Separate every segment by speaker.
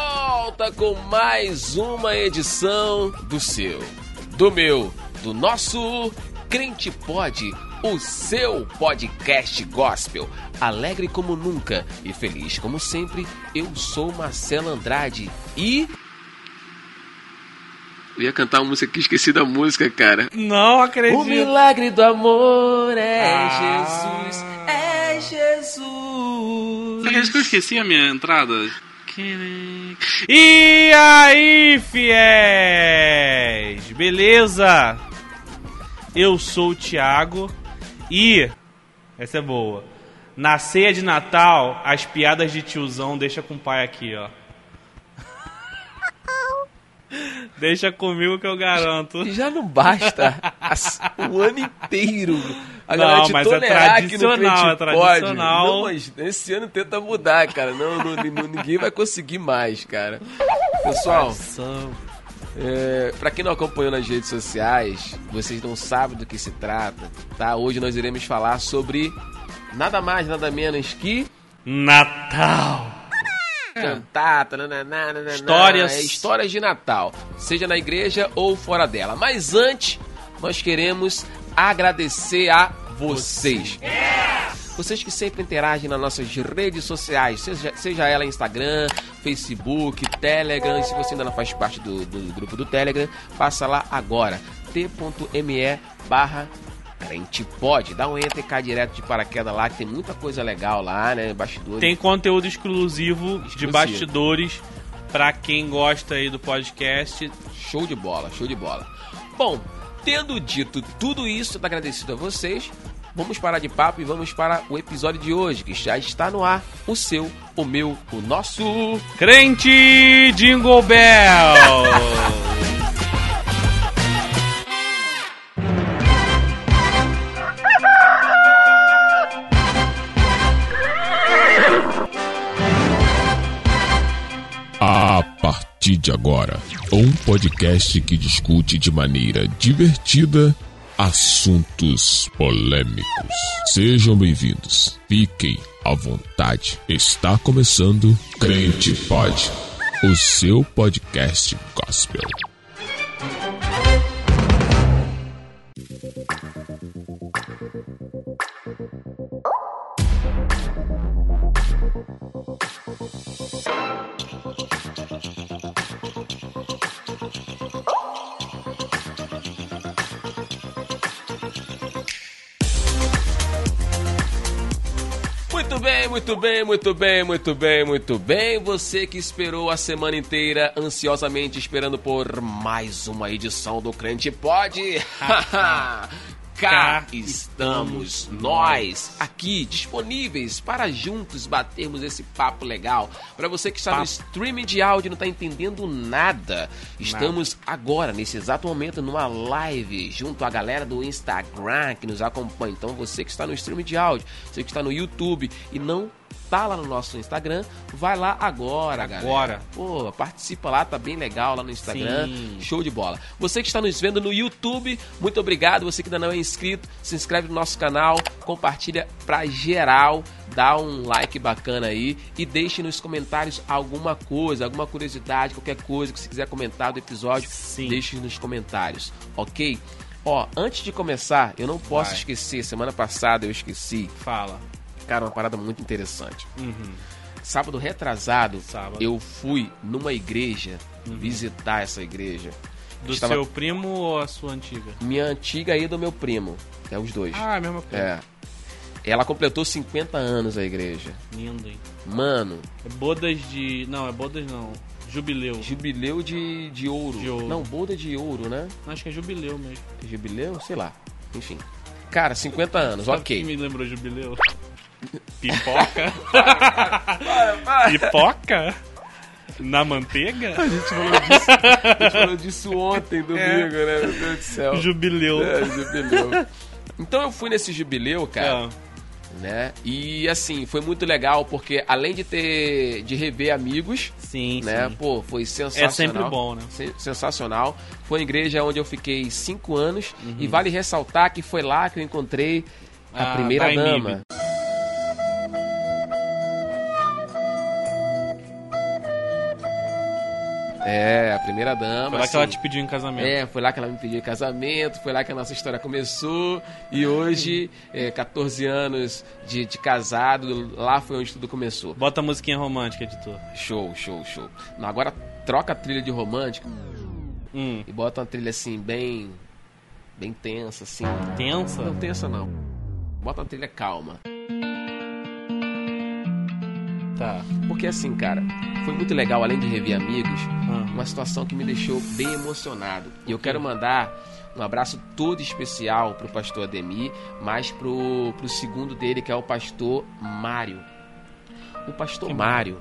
Speaker 1: volta com mais uma edição do seu, do meu, do nosso Crente Pode, o seu podcast gospel. Alegre como nunca e feliz como sempre, eu sou Marcelo Andrade e. Eu ia cantar uma música aqui, esqueci da música, cara.
Speaker 2: Não acredito.
Speaker 1: O milagre do amor é
Speaker 2: Ah.
Speaker 1: Jesus, é Jesus.
Speaker 3: Você acredita que eu esqueci a minha entrada? Que-
Speaker 2: E aí, fiéis? Beleza? Eu sou o Thiago e. Essa é boa. Na ceia de Natal, as piadas de tiozão deixa com o pai aqui, ó. Deixa comigo que eu garanto.
Speaker 1: Já não basta as- o ano inteiro. A
Speaker 2: Não,
Speaker 1: galera te
Speaker 2: mas é
Speaker 1: tolerar aqui no
Speaker 2: tradicional,
Speaker 1: Crente
Speaker 2: é tradicional.
Speaker 1: Pode. Não, mas esse ano tenta mudar, cara. Não, não- não- ninguém vai conseguir mais, cara. Pessoal, é, pra quem não acompanhou nas redes sociais, vocês não sabem do que se trata, tá? Hoje nós iremos falar sobre nada mais, nada menos que
Speaker 2: Natal!
Speaker 1: cantata, nananá, nananá,
Speaker 2: É. Histórias.
Speaker 1: é, histórias de Natal, seja na igreja ou fora dela. Mas antes, nós queremos agradecer a vocês. Vocês que sempre interagem nas nossas redes sociais, seja, seja ela Instagram, Facebook, Telegram. E se você ainda não faz parte do, do grupo do Telegram, passa lá agora. t.me barra crente pode. Dá um enter e cai direto de paraquedas lá, que tem muita coisa legal lá, né? Bastidores.
Speaker 2: Tem conteúdo exclusivo, de
Speaker 1: Exclusivo.
Speaker 2: bastidores pra quem gosta aí do podcast.
Speaker 1: Show de bola, show de bola. Bom, tendo dito tudo isso, tá agradecido a vocês. Vamos parar de papo e vamos para o episódio de hoje, que já está no ar. O seu, o meu, o nosso.
Speaker 2: Crente Jingle Bell!
Speaker 4: A partir de agora, um podcast que discute de maneira divertida assuntos polêmicos. Sejam bem-vindos, fiquem à vontade. Está começando Crente Pod, o seu podcast gospel.
Speaker 1: Muito bem, muito bem, muito bem, muito bem, muito bem. Você que esperou a semana inteira ansiosamente esperando por mais uma edição do Crente Pode. Cá estamos nós aqui disponíveis para juntos batermos esse papo legal. Para você que está no streaming de áudio e não está entendendo nada, estamos agora nesse exato momento numa live junto à galera do Instagram que nos acompanha. Então você que está no streaming de áudio, você que está no YouTube e não tá lá no nosso Instagram, vai lá agora, galera.
Speaker 2: Agora.
Speaker 1: Pô, participa lá, tá bem legal lá no Instagram.
Speaker 2: Sim.
Speaker 1: Show de bola. Você que está nos vendo no YouTube, muito obrigado. Você que ainda não é inscrito, se inscreve no nosso canal, compartilha pra geral, dá um like bacana aí e deixe nos comentários alguma coisa, alguma curiosidade, qualquer coisa que você quiser comentar do episódio,
Speaker 2: Sim.
Speaker 1: deixe nos comentários, ok? Ó, antes de começar, eu não posso
Speaker 2: Vai.
Speaker 1: esquecer, semana passada eu esqueci,
Speaker 2: Fala.
Speaker 1: cara, uma parada muito interessante.
Speaker 2: Uhum.
Speaker 1: Sábado retrasado,
Speaker 2: Sábado.
Speaker 1: eu fui numa igreja visitar essa igreja.
Speaker 2: Do
Speaker 1: Estava-
Speaker 2: seu primo ou a sua antiga?
Speaker 1: Minha antiga e do meu primo. É os dois.
Speaker 2: Ah, a mesma coisa.
Speaker 1: É. Ela completou 50 anos a igreja.
Speaker 2: Lindo, hein?
Speaker 1: Mano,
Speaker 2: É bodas de. Não, é bodas não. Jubileu.
Speaker 1: jubileu de, de, ouro.
Speaker 2: De ouro.
Speaker 1: Não, boda de ouro, né?
Speaker 2: Acho que é jubileu mesmo.
Speaker 1: Jubileu, sei lá. Enfim. Cara, 50 anos,
Speaker 2: Sabe quem
Speaker 1: ok.
Speaker 2: me lembrou jubileu? Pipoca? Pipoca? Na manteiga?
Speaker 1: A gente falou disso ontem, domingo, né? Meu Deus do céu.
Speaker 2: Jubileu.
Speaker 1: É, jubileu. Então eu fui nesse jubileu, cara.
Speaker 2: Ah,
Speaker 1: né? E assim, foi muito legal porque além de ter de rever amigos,
Speaker 2: sim,
Speaker 1: né?
Speaker 2: sim.
Speaker 1: Pô, foi sensacional.
Speaker 2: É sempre bom, né?
Speaker 1: Se- Sensacional. Foi uma igreja onde eu fiquei cinco anos e vale ressaltar que foi lá que eu encontrei a
Speaker 2: Uhum. Ah,
Speaker 1: primeira
Speaker 2: Tainib.
Speaker 1: dama. É, a primeira dama.
Speaker 2: Foi lá que ela
Speaker 1: assim.
Speaker 2: te pediu em casamento.
Speaker 1: É, foi lá que ela me pediu em casamento, foi lá que a nossa história começou. E hoje, é, 14 anos de, de casado, lá foi onde tudo começou.
Speaker 2: Bota a musiquinha romântica, editor.
Speaker 1: Show, show, show. Não, agora troca a trilha de romântico
Speaker 2: Hum.
Speaker 1: e bota uma trilha assim, bem. bem tensa, assim.
Speaker 2: Tensa?
Speaker 1: Não tensa, não. Bota uma trilha calma.
Speaker 2: Tá.
Speaker 1: Porque assim, cara, foi muito legal, além de rever amigos,
Speaker 2: Ah.
Speaker 1: uma situação que me deixou bem emocionado. E eu quero mandar um abraço todo especial pro pastor Ademir, mas pro, pro segundo dele, que é o pastor Mário. O pastor Mário,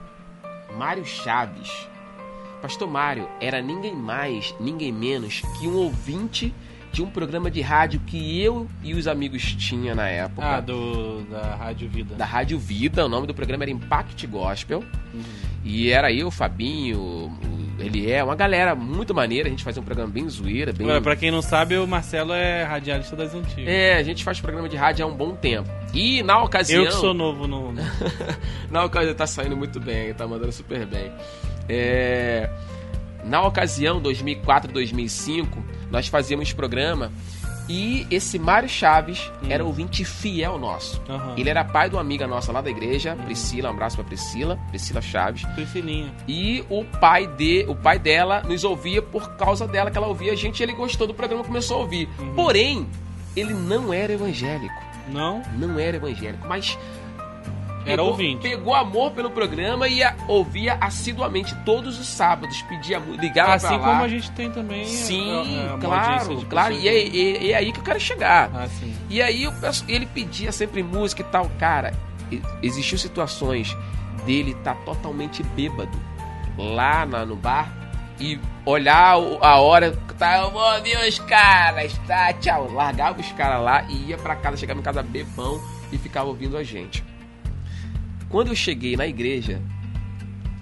Speaker 1: Mário Chaves. Pastor Mário era ninguém mais, ninguém menos que um ouvinte de um programa de rádio que eu e os amigos tinha na época
Speaker 2: Ah, do, da Rádio Vida.
Speaker 1: da Rádio Vida. O nome do programa era Impact Gospel. E era eu, o Fabinho, o- ele é uma galera muito maneira. A gente faz um programa bem zoeira, bem.
Speaker 2: Ué, pra quem não sabe, o Marcelo é radialista das antigas.
Speaker 1: É, a gente faz programa de rádio há um bom tempo. E na ocasião.
Speaker 2: Eu que sou novo no. no-
Speaker 1: na ocasião tá saindo muito bem, tá mandando super bem. É, na ocasião 2004, 2005, nós fazíamos programa e esse Mário Chaves era ouvinte fiel nosso.
Speaker 2: Aham.
Speaker 1: Ele era pai de uma amiga nossa lá da igreja, Priscila, um abraço pra Priscila, Priscila Chaves.
Speaker 2: Priscilinha.
Speaker 1: E o pai de, o pai dela nos ouvia por causa dela que ela ouvia a gente, e ele gostou do programa, e começou a ouvir.
Speaker 2: Uhum.
Speaker 1: Porém, ele não era evangélico,
Speaker 2: Não?
Speaker 1: não era evangélico, mas
Speaker 2: Era ouvinte.
Speaker 1: Pegou amor pelo programa e a- ouvia assiduamente todos os sábados, pedia, mu- ligava pra
Speaker 2: assim
Speaker 1: lá.
Speaker 2: como a gente tem também. a-
Speaker 1: Sim,
Speaker 2: a- a- uma audiência
Speaker 1: claro,
Speaker 2: de
Speaker 1: claro.
Speaker 2: pessoas
Speaker 1: E é,
Speaker 2: que-
Speaker 1: é- é aí que eu quero chegar.
Speaker 2: Ah, sim.
Speaker 1: E aí o pesso- ele pedia sempre música e tal. Cara, e- existiu situações dele estar totalmente bêbado lá na- no bar e olhar o- a hora, tá, eu vou ouvir os caras, tá, tchau. Largava os caras lá e ia pra casa, chegava em casa bebão e ficava ouvindo a gente. Quando eu cheguei na igreja,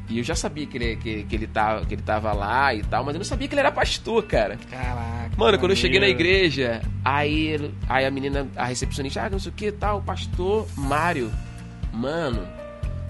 Speaker 1: e eu já sabia que ele, que, que ele, tava, que ele tava lá e tal, mas eu não sabia que ele era pastor, cara.
Speaker 2: Caraca.
Speaker 1: Mano, quando eu cheguei na
Speaker 2: maneiro.
Speaker 1: igreja, aí, ele- aí a menina, a recepcionista, ah, não sei o que tal, pastor Mário. Mano,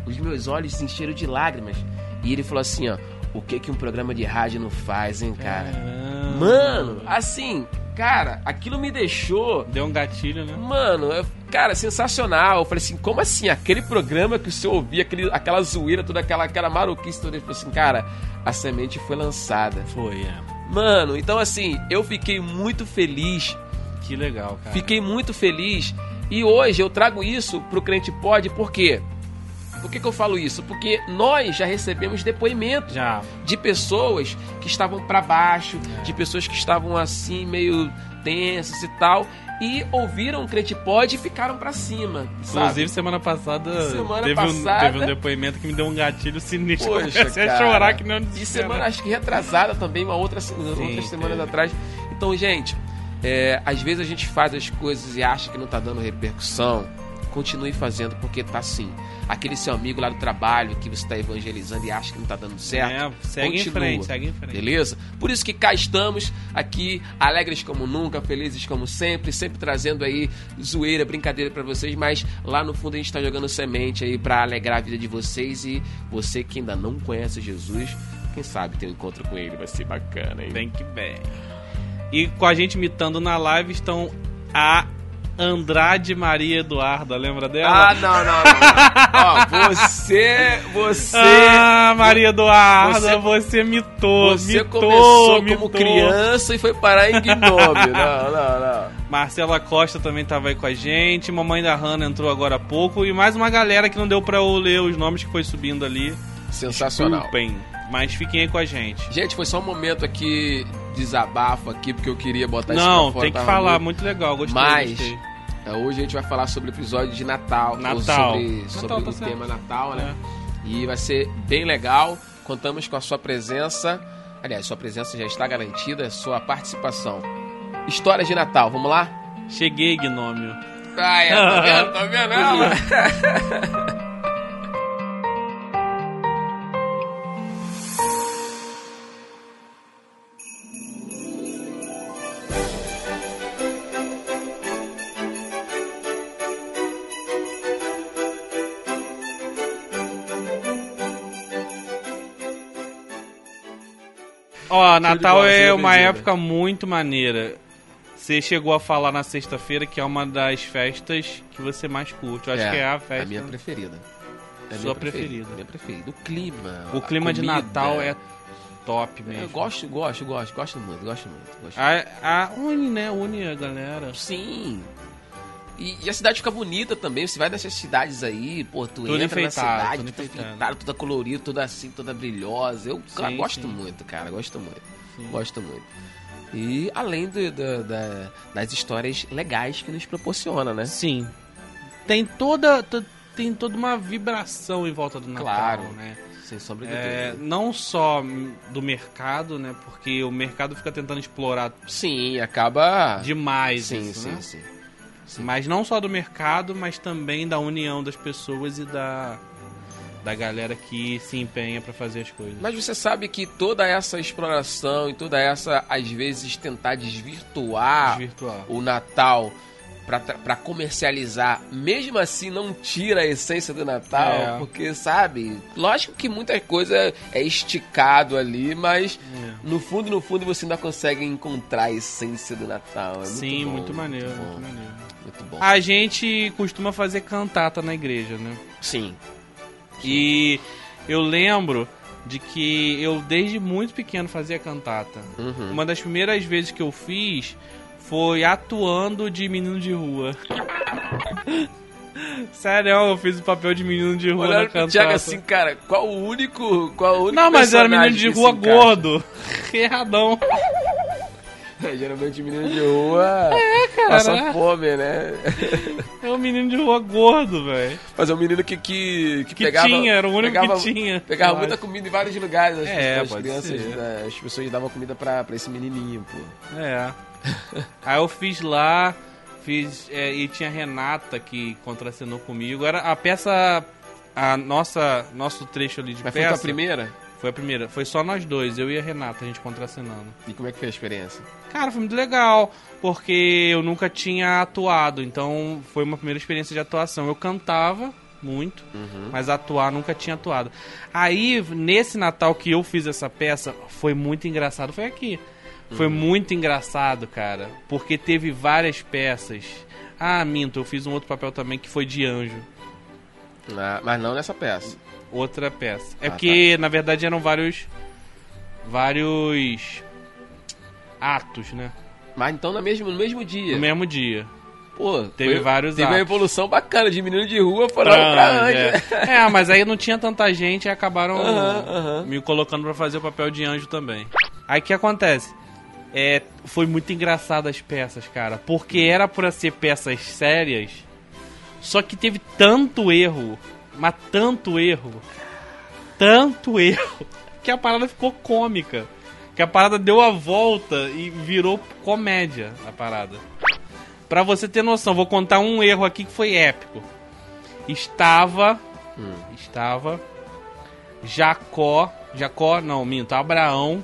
Speaker 1: os meus olhos se encheram de lágrimas. E ele falou assim, ó, o que que um programa de rádio não faz, hein, cara?
Speaker 2: Caramba.
Speaker 1: Mano, assim, cara, aquilo me deixou...
Speaker 2: Deu um gatilho, né?
Speaker 1: Mano, eu- cara, sensacional. Eu falei assim, como assim? Aquele programa que o senhor ouvia, aquele, aquela zoeira, toda aquela, aquela maluquice toda. Ele falou assim, cara, a semente foi lançada.
Speaker 2: Foi, é.
Speaker 1: Mano, então assim, eu fiquei muito feliz
Speaker 2: Que legal, cara.
Speaker 1: Fiquei muito feliz e hoje eu trago isso pro Crente Pod, por quê? Por que, que eu falo isso? Porque nós já recebemos depoimentos
Speaker 2: Já.
Speaker 1: de pessoas que estavam pra baixo, de pessoas que estavam assim, meio tensas e tal, e ouviram o Crente Pod e ficaram pra cima. Sabe?
Speaker 2: Inclusive, semana passada,
Speaker 1: Semana
Speaker 2: teve,
Speaker 1: passada-
Speaker 2: Um, teve um depoimento que me deu um gatilho sinistro.
Speaker 1: Poxa,
Speaker 2: eu comecei
Speaker 1: cara.
Speaker 2: a chorar que um não
Speaker 1: E semana, acho que retrasada também, uma outra, outras semanas
Speaker 2: teve.
Speaker 1: atrás. Então, gente, é, às vezes a gente faz as coisas e acha que não tá dando repercussão. Continue fazendo porque tá sim. Aquele seu amigo lá do trabalho que você tá evangelizando e acha que não tá dando certo.
Speaker 2: É, segue
Speaker 1: Continua.
Speaker 2: em frente, segue em frente.
Speaker 1: Beleza? Por isso que cá estamos, aqui, alegres como nunca, felizes como sempre, sempre trazendo aí zoeira, brincadeira pra vocês, mas lá no fundo a gente tá jogando semente aí pra alegrar a vida de vocês e você que ainda não conhece Jesus, quem sabe tem um encontro com ele, vai ser bacana, hein?
Speaker 2: Bem que bem. E com a gente imitando na live estão a Andrade Maria Eduarda, lembra dela?
Speaker 1: Ah, não, não, não. não. Ó, você, você.
Speaker 2: Ah, Maria Eduarda,
Speaker 1: você-
Speaker 2: você, mitou,
Speaker 1: Você
Speaker 2: mitou,
Speaker 1: começou
Speaker 2: mitou.
Speaker 1: como criança e foi parar em Gnome. Não, não, não.
Speaker 2: Marcela Costa também tava aí com a gente, mamãe da Hannah entrou agora há pouco, e mais uma galera que não deu pra eu ler os nomes que foi subindo ali.
Speaker 1: Sensacional.
Speaker 2: Desculpem, mas fiquem aí com a gente.
Speaker 1: Gente, foi só um momento aqui, desabafo aqui, porque eu queria botar isso pra
Speaker 2: Não,
Speaker 1: Tá fora.
Speaker 2: tem que
Speaker 1: tava
Speaker 2: falar,
Speaker 1: muito-
Speaker 2: muito legal, gostei.
Speaker 1: Mas-
Speaker 2: gostei.
Speaker 1: É, Hoje a gente vai falar sobre o episódio de Natal. ou
Speaker 2: Natal.
Speaker 1: Sobre,
Speaker 2: Natal,
Speaker 1: sobre
Speaker 2: tá
Speaker 1: o
Speaker 2: certo.
Speaker 1: tema Natal, né? E vai ser bem legal. Contamos com a sua presença. Aliás, sua presença já está garantida, é sua participação. Histórias de Natal, vamos lá?
Speaker 2: É. Cheguei, Gnômio.
Speaker 1: Ai, eu tô vendo, tô vendo ela.
Speaker 2: Ó,
Speaker 1: de
Speaker 2: Natal
Speaker 1: bola,
Speaker 2: é
Speaker 1: seja
Speaker 2: uma
Speaker 1: bem-vinda.
Speaker 2: época muito maneira. Você chegou a falar na sexta-feira que é uma das festas que você mais curte. Eu acho que é a festa.
Speaker 1: A minha preferida. É a
Speaker 2: Sua
Speaker 1: minha
Speaker 2: preferida.
Speaker 1: Minha preferida. O clima.
Speaker 2: O
Speaker 1: a
Speaker 2: clima de
Speaker 1: comida.
Speaker 2: Natal é top mesmo.
Speaker 1: Eu gosto, gosto, gosto, gosto muito, gosto muito. Gosto.
Speaker 2: A, a- une, né? Une a galera.
Speaker 1: Sim. E, e a cidade fica bonita também. Você vai nessas cidades aí, pô, tu
Speaker 2: Tudo
Speaker 1: entra na
Speaker 2: enfeitado,
Speaker 1: cidade,
Speaker 2: tudo
Speaker 1: tudo
Speaker 2: enfeitado.
Speaker 1: enfeitado, toda colorida, toda assim, toda brilhosa. Eu cara,
Speaker 2: Sim,
Speaker 1: gosto
Speaker 2: sim.
Speaker 1: muito, cara, gosto muito.
Speaker 2: Sim.
Speaker 1: Gosto muito. E além do- do- da- das histórias legais que nos proporciona, né?
Speaker 2: Sim. Tem toda, t- tem toda uma vibração em volta do Natal,
Speaker 1: Claro.
Speaker 2: né?
Speaker 1: Sem sombra de
Speaker 2: É,
Speaker 1: dúvida.
Speaker 2: não só do mercado, né? Porque o mercado fica tentando explorar
Speaker 1: Sim, acaba.
Speaker 2: demais
Speaker 1: Ah, Sim,
Speaker 2: isso,
Speaker 1: sim,
Speaker 2: né?
Speaker 1: sim.
Speaker 2: Mas não só do mercado, mas também da união das pessoas e da, da galera que se empenha pra fazer as coisas.
Speaker 1: Mas você sabe que toda essa exploração e toda essa, às vezes, tentar desvirtuar
Speaker 2: Virtual.
Speaker 1: o Natal pra tra- pra comercializar, mesmo assim não tira a essência do Natal,
Speaker 2: É.
Speaker 1: porque, sabe, lógico que muita coisa é esticado ali, mas no fundo, no fundo, você ainda consegue encontrar a essência do Natal. É
Speaker 2: Sim,
Speaker 1: bom,
Speaker 2: muito, maneiro,
Speaker 1: Muito bom.
Speaker 2: muito maneiro. Ah,
Speaker 1: muito bom.
Speaker 2: A gente costuma fazer cantata na igreja, né?
Speaker 1: Sim.
Speaker 2: E eu lembro de que eu desde muito pequeno fazia cantata.
Speaker 1: Uhum.
Speaker 2: Uma das primeiras vezes que eu fiz foi atuando de menino de rua. Sério, eu fiz o papel de menino de rua na
Speaker 1: Olhando pro
Speaker 2: cantata.
Speaker 1: Thiago assim, cara, qual o único. Qual o único
Speaker 2: né, Não, mas era menino
Speaker 1: personagem assim,
Speaker 2: de
Speaker 1: que se
Speaker 2: rua
Speaker 1: encaixa?
Speaker 2: gordo. É, Erradão.
Speaker 1: É, Geralmente menino de rua passa fome, né?
Speaker 2: É um menino de rua gordo, velho.
Speaker 1: Mas é um menino que, que, que,
Speaker 2: Que
Speaker 1: pegava.
Speaker 2: tinha, era o único
Speaker 1: pegava,
Speaker 2: que tinha.
Speaker 1: Pegava
Speaker 2: eu
Speaker 1: muita
Speaker 2: acho.
Speaker 1: comida em vários lugares. As,
Speaker 2: É,
Speaker 1: as
Speaker 2: pode
Speaker 1: crianças,
Speaker 2: ser.
Speaker 1: né, as pessoas davam comida pra, pra esse menininho, pô.
Speaker 2: É. Aí eu fiz lá, fiz. é, e tinha a Renata que contracenou comigo. Era a peça. A nossa, nosso trecho ali de
Speaker 1: Mas foi
Speaker 2: peça.
Speaker 1: tua primeira?
Speaker 2: Foi a primeira. Foi só nós dois, eu e a Renata, a gente contracenando.
Speaker 1: E como é que foi a experiência?
Speaker 2: Cara, foi muito legal, porque eu nunca tinha atuado, então foi uma primeira experiência de atuação. Eu cantava muito,
Speaker 1: Uhum.
Speaker 2: mas atuar nunca tinha atuado. Aí, nesse Natal que eu fiz essa peça, foi muito engraçado. Foi aqui. Foi
Speaker 1: Uhum.
Speaker 2: muito engraçado, cara, porque teve várias peças. Ah, minto, eu fiz um outro papel também que foi de anjo.
Speaker 1: Ah, mas não nessa peça.
Speaker 2: Outra peça. É
Speaker 1: Ah,
Speaker 2: porque, na verdade, eram vários. Vários. Atos, né?
Speaker 1: Mas então no mesmo, no mesmo dia.
Speaker 2: No mesmo dia.
Speaker 1: Pô,
Speaker 2: Teve vários
Speaker 1: Teve uma
Speaker 2: atos.
Speaker 1: evolução bacana de menino de rua pra,
Speaker 2: Pra
Speaker 1: pra,
Speaker 2: anjo,
Speaker 1: anjo.
Speaker 2: é. É, mas aí não tinha tanta gente e acabaram
Speaker 1: Aham, aham.
Speaker 2: me colocando pra fazer o papel de anjo também. Aí o que acontece? É, foi muito engraçado as peças, cara. Porque era pra ser peças sérias, só que teve tanto erro, mas tanto erro, tanto erro, que a parada ficou cômica. Que a parada deu a volta e virou comédia a parada. Pra você ter noção, vou contar um erro aqui que foi épico. Estava. Estava. Jacó. Jacó, não, minto. Abraão.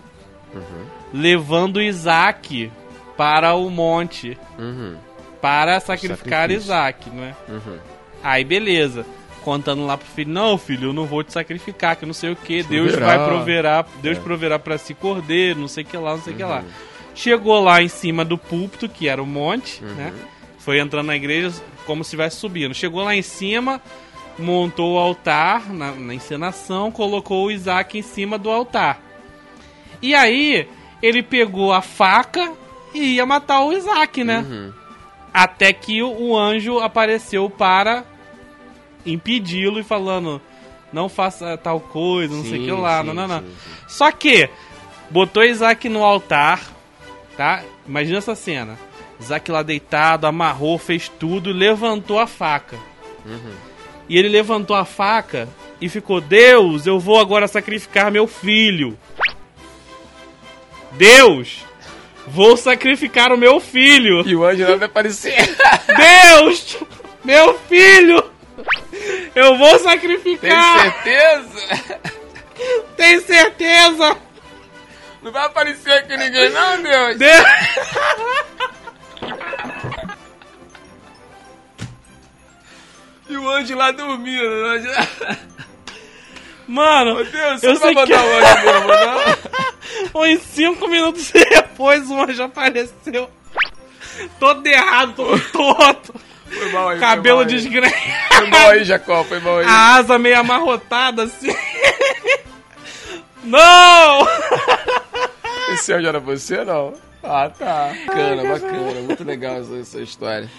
Speaker 2: Levando Isaac para o monte.
Speaker 1: Uhum,
Speaker 2: Para sacrificar
Speaker 1: sacrifício.
Speaker 2: Isaac, não é?
Speaker 1: uhum.
Speaker 2: Aí beleza. Contando lá pro filho, não, filho, eu não vou te sacrificar, que não sei o que, Deus
Speaker 1: Proverá.
Speaker 2: vai proverá, Deus
Speaker 1: É. Uhum.
Speaker 2: proverá pra si cordeiro, não sei o que lá, não sei o que lá. Chegou lá em cima do púlpito, que era o monte, né? Foi entrando na igreja como se estivesse subindo. Chegou lá em cima, montou o altar na, na encenação, colocou o Isaac em cima do altar. E aí, ele pegou a faca e ia matar o Isaac, né?
Speaker 1: Uhum.
Speaker 2: Até que o- o anjo apareceu para impedi-lo e falando: não faça tal coisa, não sei o
Speaker 1: Sim,
Speaker 2: que lá,
Speaker 1: sim,
Speaker 2: não, não, não.
Speaker 1: sim, sim.
Speaker 2: Só que botou Isaac no altar, tá? Imagina essa cena. Isaac lá deitado, amarrou, fez tudo, levantou a faca.
Speaker 1: Uhum.
Speaker 2: E ele levantou a faca e ficou: Deus, eu vou agora sacrificar meu filho. Deus, vou sacrificar o meu filho.
Speaker 1: E o anjo não vai aparecer.
Speaker 2: Deus, meu filho, eu vou
Speaker 1: Tem
Speaker 2: sacrificar.
Speaker 1: certeza?
Speaker 2: Tem certeza?
Speaker 1: Não vai aparecer aqui ninguém, não, Deus.
Speaker 2: Deus.
Speaker 1: E o anjo lá dormindo. né? O anjo...
Speaker 2: Mano,
Speaker 1: Deus, você
Speaker 2: eu
Speaker 1: não
Speaker 2: sei
Speaker 1: vai
Speaker 2: que é.
Speaker 1: mandar o anjo mesmo, não?
Speaker 2: Uns 5 minutos depois, uma já apareceu. Todo errado, todo torto.
Speaker 1: Foi mal aí,
Speaker 2: Cabelo
Speaker 1: foi mal
Speaker 2: Ah.
Speaker 1: aí.
Speaker 2: desgrenhado.
Speaker 1: Foi mal aí, Jacó, foi mal aí.
Speaker 2: A asa meio amarrotada assim. Não!
Speaker 1: Esse anjo era você ou não? Ah, tá. Bacana, bacana. Muito legal essa, essa história.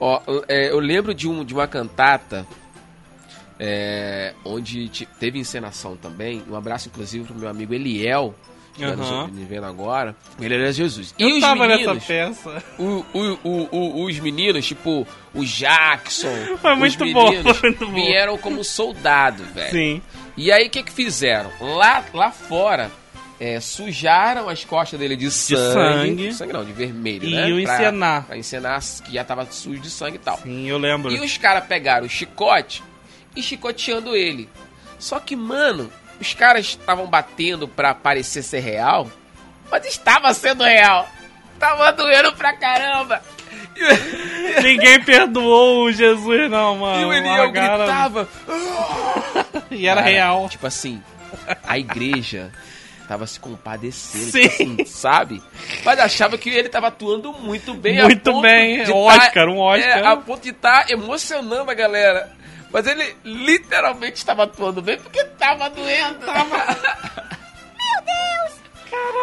Speaker 1: Ó, eu- é, eu lembro de, um, de uma cantata é, onde te- teve encenação também. Um abraço, inclusive, pro meu amigo Eliel, que tá nos
Speaker 2: Aham.
Speaker 1: ouvindo e vendo agora. Ele era Jesus. E
Speaker 2: Eu
Speaker 1: os
Speaker 2: tava
Speaker 1: meninos,
Speaker 2: nessa peça.
Speaker 1: o- o- o- o- os meninos, tipo o Jackson,
Speaker 2: Foi
Speaker 1: os
Speaker 2: muito bom,
Speaker 1: meninos,
Speaker 2: foi muito bom.
Speaker 1: vieram como soldado, velho.
Speaker 2: Sim.
Speaker 1: E aí o que que fizeram? Lá, lá fora, é, sujaram as costas dele de sangue.
Speaker 2: sangue.
Speaker 1: não, de vermelho,
Speaker 2: E
Speaker 1: né?
Speaker 2: iam
Speaker 1: Pra-
Speaker 2: encenar.
Speaker 1: Pra encenar que já tava sujo de sangue e tal.
Speaker 2: Sim, eu lembro.
Speaker 1: E os caras pegaram o chicote e chicoteando ele. Só que, mano, os caras estavam batendo pra parecer ser real, mas estava sendo real. Tava doendo pra caramba. E,
Speaker 2: Ninguém perdoou o Jesus, não, mano.
Speaker 1: e o Eliel
Speaker 2: Ah, Largaram-
Speaker 1: gritava.
Speaker 2: E era
Speaker 1: Cara,
Speaker 2: real.
Speaker 1: Tipo assim, a igreja tava se compadecendo,
Speaker 2: Sim.
Speaker 1: tipo assim, sabe? Mas achava que ele tava atuando muito bem. a
Speaker 2: Muito
Speaker 1: ponto
Speaker 2: bem,
Speaker 1: de tá
Speaker 2: Oscar, um Oscar.
Speaker 1: É, a ponto de tá emocionando a galera. Mas ele literalmente tava atuando bem porque tava doendo.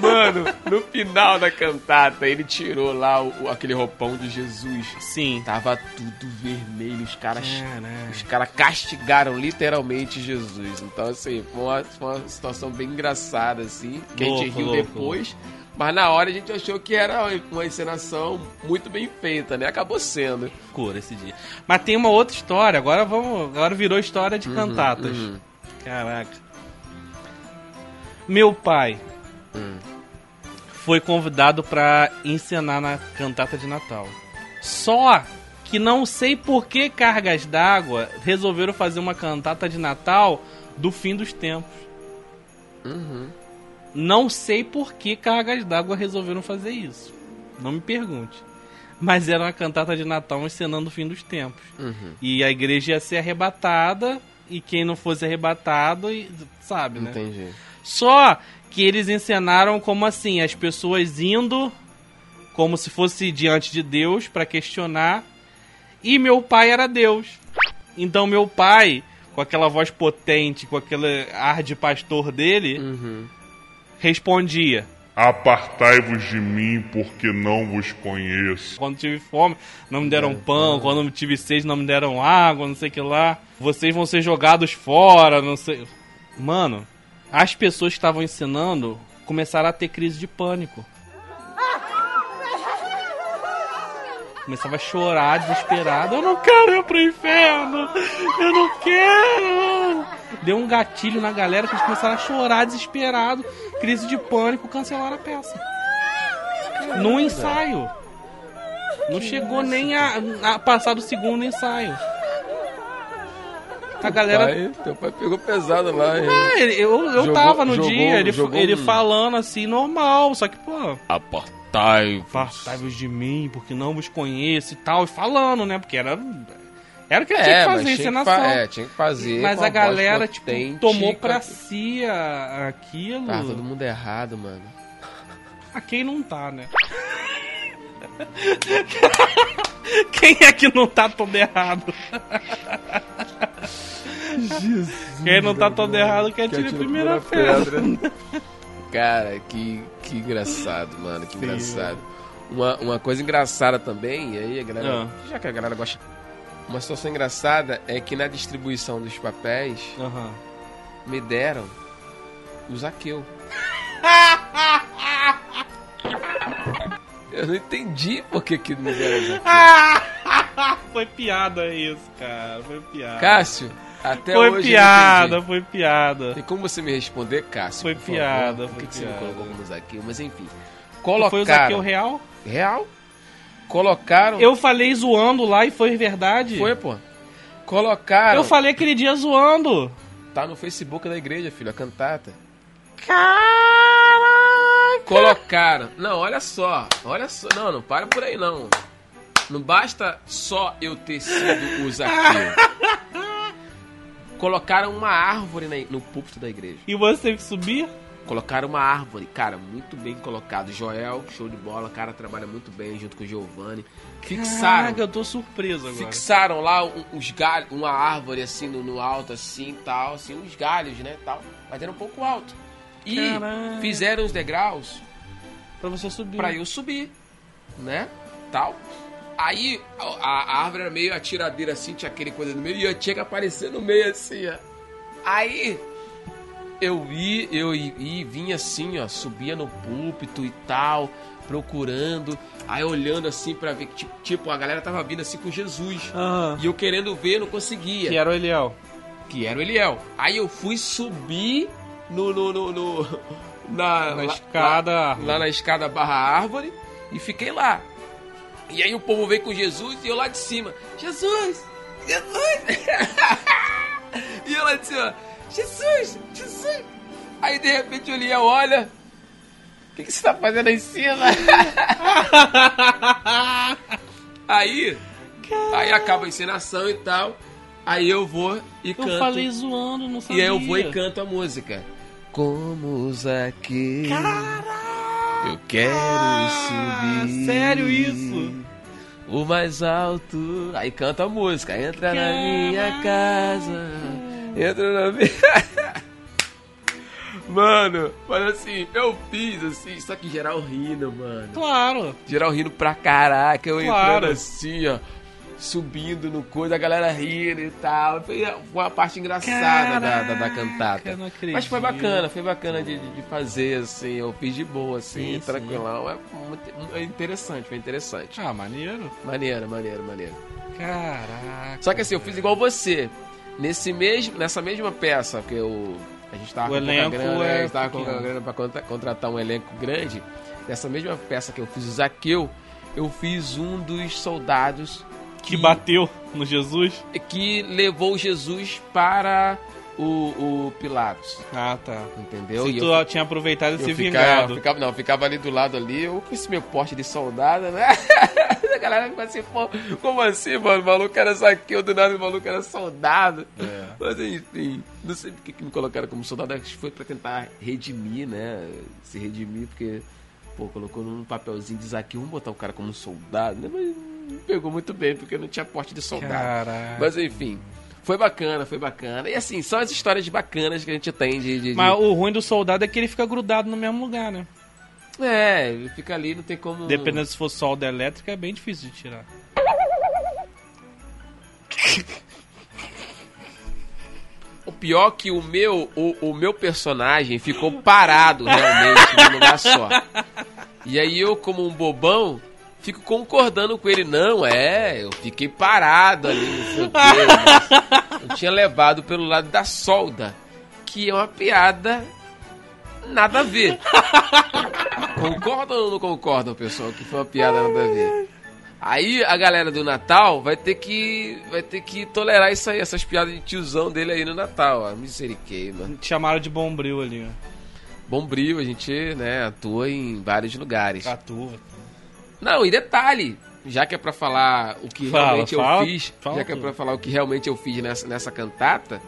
Speaker 1: Mano, no final da cantata, ele tirou lá o- o- aquele roupão de Jesus.
Speaker 2: Sim. tá.
Speaker 1: Tava tudo vermelho, os caras
Speaker 2: Hum. Caraca.
Speaker 1: os caras castigaram literalmente Jesus. Então, assim, foi uma, foi uma situação bem engraçada, assim. Que a gente
Speaker 2: Louco,
Speaker 1: riu
Speaker 2: louco,
Speaker 1: depois. Mas na hora a gente achou que era uma encenação muito bem feita, né? Acabou sendo.
Speaker 2: Cura esse dia. Mas tem uma outra história, agora vamos. Agora virou história de cantatas.
Speaker 1: uhum.
Speaker 2: Caraca. Meu pai
Speaker 1: Hum.
Speaker 2: foi convidado pra encenar na cantata de Natal. Só que não sei por que cargas d'água resolveram fazer uma cantata de Natal do fim dos tempos.
Speaker 1: uhum,
Speaker 2: Não sei por que cargas d'água resolveram fazer isso. Não me pergunte. Mas era uma cantata de Natal encenando o fim dos tempos.
Speaker 1: uhum.
Speaker 2: E a igreja ia ser arrebatada, e quem não fosse arrebatado, e- sabe, né?
Speaker 1: Entendi.
Speaker 2: Só que eles encenaram como assim, as pessoas indo como se fosse diante de Deus pra questionar. E meu pai era Deus. Então meu pai, com aquela voz potente, com aquele ar de pastor dele, respondia.
Speaker 5: Apartai-vos de mim, porque não vos conheço.
Speaker 2: Quando tive fome, não me deram pão. Quando tive sede, não me deram água, não sei o que lá. Vocês vão ser jogados fora, não sei. Mano, as pessoas que estavam ensinando começaram a ter crise de pânico. Começava a chorar desesperado. Eu não quero ir pro inferno! Eu não quero! Deu um gatilho na galera que eles começaram a chorar desesperado. Crise de pânico, cancelaram a peça. Num ensaio. Não chegou nem a, a passar do segundo ensaio. A galera
Speaker 1: Pai, teu pai pegou pesado lá. hein?
Speaker 2: ah, ele- eu, eu
Speaker 1: Jogou-
Speaker 2: tava no
Speaker 1: jogou-
Speaker 2: dia, ele,
Speaker 1: jogou
Speaker 2: ele
Speaker 1: um-
Speaker 2: falando assim, normal, só que, pô,
Speaker 4: Apartai-vos.
Speaker 2: apartai-vos de mim, porque não vos conheço e tal, e falando, né, porque era, era o que ele tinha
Speaker 1: É,
Speaker 2: que
Speaker 1: mas
Speaker 2: fazer,
Speaker 1: tinha que,
Speaker 2: encenação.
Speaker 1: fa é, tinha que fazer.
Speaker 2: mas
Speaker 1: com uma
Speaker 2: a
Speaker 1: voz
Speaker 2: galera, tipo,
Speaker 1: potente,
Speaker 2: tomou
Speaker 1: com
Speaker 2: pra
Speaker 1: aquele-
Speaker 2: si a- aquilo.
Speaker 1: Tá todo mundo errado, mano.
Speaker 2: A quem não tá, né? quem é que não tá todo errado? quem não tá todo errado quer tirar a primeira pedra.
Speaker 1: Cara, que, que engraçado, mano, que engraçado. Uma, uma coisa engraçada também, e aí a galera,
Speaker 2: Ah.
Speaker 1: já que a galera gosta. Uma situação engraçada é que na distribuição dos papéis
Speaker 2: Aham.
Speaker 1: me deram o Zaqueu. Eu não entendi por que, que me deram o Zaqueu.
Speaker 2: Foi piada isso, cara. Foi piada.
Speaker 1: Cássio, até
Speaker 2: foi
Speaker 1: hoje. eu não entendi.
Speaker 2: piada, foi piada.
Speaker 1: Tem como você me responder, Cássio?
Speaker 2: Foi
Speaker 1: por favor?
Speaker 2: piada,
Speaker 1: Por
Speaker 2: foi
Speaker 1: que, que você me
Speaker 2: piada.
Speaker 1: colocou como Zaqueu? Mas enfim.
Speaker 2: Foi o Zaqueu
Speaker 1: Colocaram.
Speaker 2: real?
Speaker 1: Real? Colocaram.
Speaker 2: Eu falei zoando lá e foi verdade?
Speaker 1: Foi, pô. Colocaram.
Speaker 2: Eu falei aquele dia zoando.
Speaker 1: Tá no Facebook da igreja, filho, a cantata.
Speaker 2: Caraca!
Speaker 1: Colocaram. Não, olha só. Olha só. Não, não para por aí, não. Não basta só eu ter sido o Zaqueu. Colocaram uma árvore na- no púlpito da igreja.
Speaker 2: E você teve que subir?
Speaker 1: Colocaram uma árvore, cara, muito bem colocado. Joel, show de bola, cara, trabalha muito bem junto com o Giovanni. Fixaram.
Speaker 2: Caraca, eu tô surpreso agora.
Speaker 1: Fixaram lá um- uns galhos, uma árvore assim no, no alto, assim tal, assim, uns galhos, né? Tal, mas era um pouco alto. E
Speaker 2: Caraca.
Speaker 1: fizeram os degraus
Speaker 2: Pra você subir.
Speaker 1: pra eu subir, né? Tal. Aí a, a árvore era meio atiradeira assim, tinha aquele coisa no meio, e eu tinha que aparecer no meio assim, ó. Aí eu ia, eu i- i- vinha assim, ó, subia no púlpito e tal, procurando, aí olhando assim pra ver que tipo, tipo, a galera tava vindo assim com Jesus.
Speaker 2: Aham.
Speaker 1: E eu querendo ver, não conseguia.
Speaker 2: Que era o Eliel.
Speaker 1: Que era o Eliel. Aí eu fui subir no. no, no, no- na,
Speaker 2: Na
Speaker 1: lá-
Speaker 2: escada,
Speaker 1: lá-
Speaker 2: árvore.
Speaker 1: lá na escada barra árvore e fiquei lá. E aí o povo veio com Jesus e eu lá de cima. Jesus! Jesus! e eu lá de cima. Jesus! Jesus! Aí de repente o Eliel olha. O que, que você tá fazendo aí em cima? aí. Aí acaba a encenação e tal. Aí eu vou e
Speaker 2: Eu
Speaker 1: canto.
Speaker 2: falei zoando, não
Speaker 1: E
Speaker 2: sabia.
Speaker 1: aí eu vou e canto a música. Como os aqui. Eu quero
Speaker 2: Ah,
Speaker 1: subir.
Speaker 2: sério isso?
Speaker 1: O mais alto. Aí canta a música. Entra na minha casa. Entra na minha. mano, mas assim, eu fiz assim, só que geral rindo, mano.
Speaker 2: Claro.
Speaker 1: Geral rindo pra caraca, eu
Speaker 2: Claro.
Speaker 1: entrando assim, ó. Subindo no coisa, a galera rindo e tal. Foi foi uma parte engraçada da, da, da
Speaker 2: Caraca,
Speaker 1: cantata.
Speaker 2: não acredito.
Speaker 1: Mas foi bacana, foi bacana de, de de fazer, assim. Eu fiz de boa, assim,
Speaker 2: Sim, sim.
Speaker 1: tranquilão. É, muito- é interessante, foi interessante.
Speaker 2: Ah, maneiro.
Speaker 1: Maneiro, maneiro, maneiro.
Speaker 2: Caraca.
Speaker 1: Só que assim, eu fiz igual você. Nesse mesmo, nessa mesma peça, porque eu, a gente tava
Speaker 2: O
Speaker 1: com pouca
Speaker 2: elenco
Speaker 1: grana,
Speaker 2: é
Speaker 1: a gente tava com pouca
Speaker 2: pequeno.
Speaker 1: grana pra contra- contratar um elenco grande. Nessa mesma peça que eu fiz o Zaqueu, eu fiz um dos soldados
Speaker 2: Que bateu no Jesus.
Speaker 1: que levou Jesus para o, o Pilatos.
Speaker 2: Ah, tá.
Speaker 1: Entendeu?
Speaker 2: Se
Speaker 1: E
Speaker 2: tu
Speaker 1: eu,
Speaker 2: tinha aproveitado
Speaker 1: eu
Speaker 2: esse
Speaker 1: ficava,
Speaker 2: vingado.
Speaker 1: ficava- não, eu ficava ali do lado ali, eu com esse meu porte de soldado, né? A galera ficou assim, pô, como assim, mano? O maluco era Zaqueu, do nada o maluco era soldado. Mas enfim, não sei porque que me colocaram como soldado, acho que foi pra tentar redimir, né? Se redimir, porque, pô, colocou num papelzinho de Zaqueu, vamos botar o cara como soldado, né? Mas não pegou muito bem, porque eu não tinha porte de soldado.
Speaker 2: Caraca.
Speaker 1: Mas enfim, foi bacana, foi bacana. E assim, são as histórias bacanas que a gente tem de. de- de-
Speaker 2: Mas o ruim do soldado é que ele fica grudado no mesmo lugar, né?
Speaker 1: É, ele fica ali, não tem como.
Speaker 2: Dependendo se for solda elétrica, é bem difícil de tirar.
Speaker 1: O pior é que o meu, o, o meu personagem ficou parado realmente num lugar só. E aí eu, como um bobão, fico concordando com ele. Não, é, eu fiquei parado ali, não sei o quê. mas Eu tinha levado pelo lado da solda, que é uma piada nada a ver. Concordam ou não concordam, pessoal, que foi uma piada nada a ver? Aí a galera do Natal vai ter que vai ter que tolerar isso aí, essas piadas de tiozão dele aí no Natal, ó. Misericórdia.
Speaker 2: Te chamaram de bombril ali, né? ó.
Speaker 1: Bombril, a gente, né, atua em vários lugares.
Speaker 2: Catua.
Speaker 1: Não, e detalhe, já que é pra falar o que
Speaker 2: Fala,
Speaker 1: realmente eu
Speaker 2: fala,
Speaker 1: fiz,
Speaker 2: fala
Speaker 1: já que é
Speaker 2: tudo.
Speaker 1: pra falar o que realmente eu fiz nessa, nessa cantata,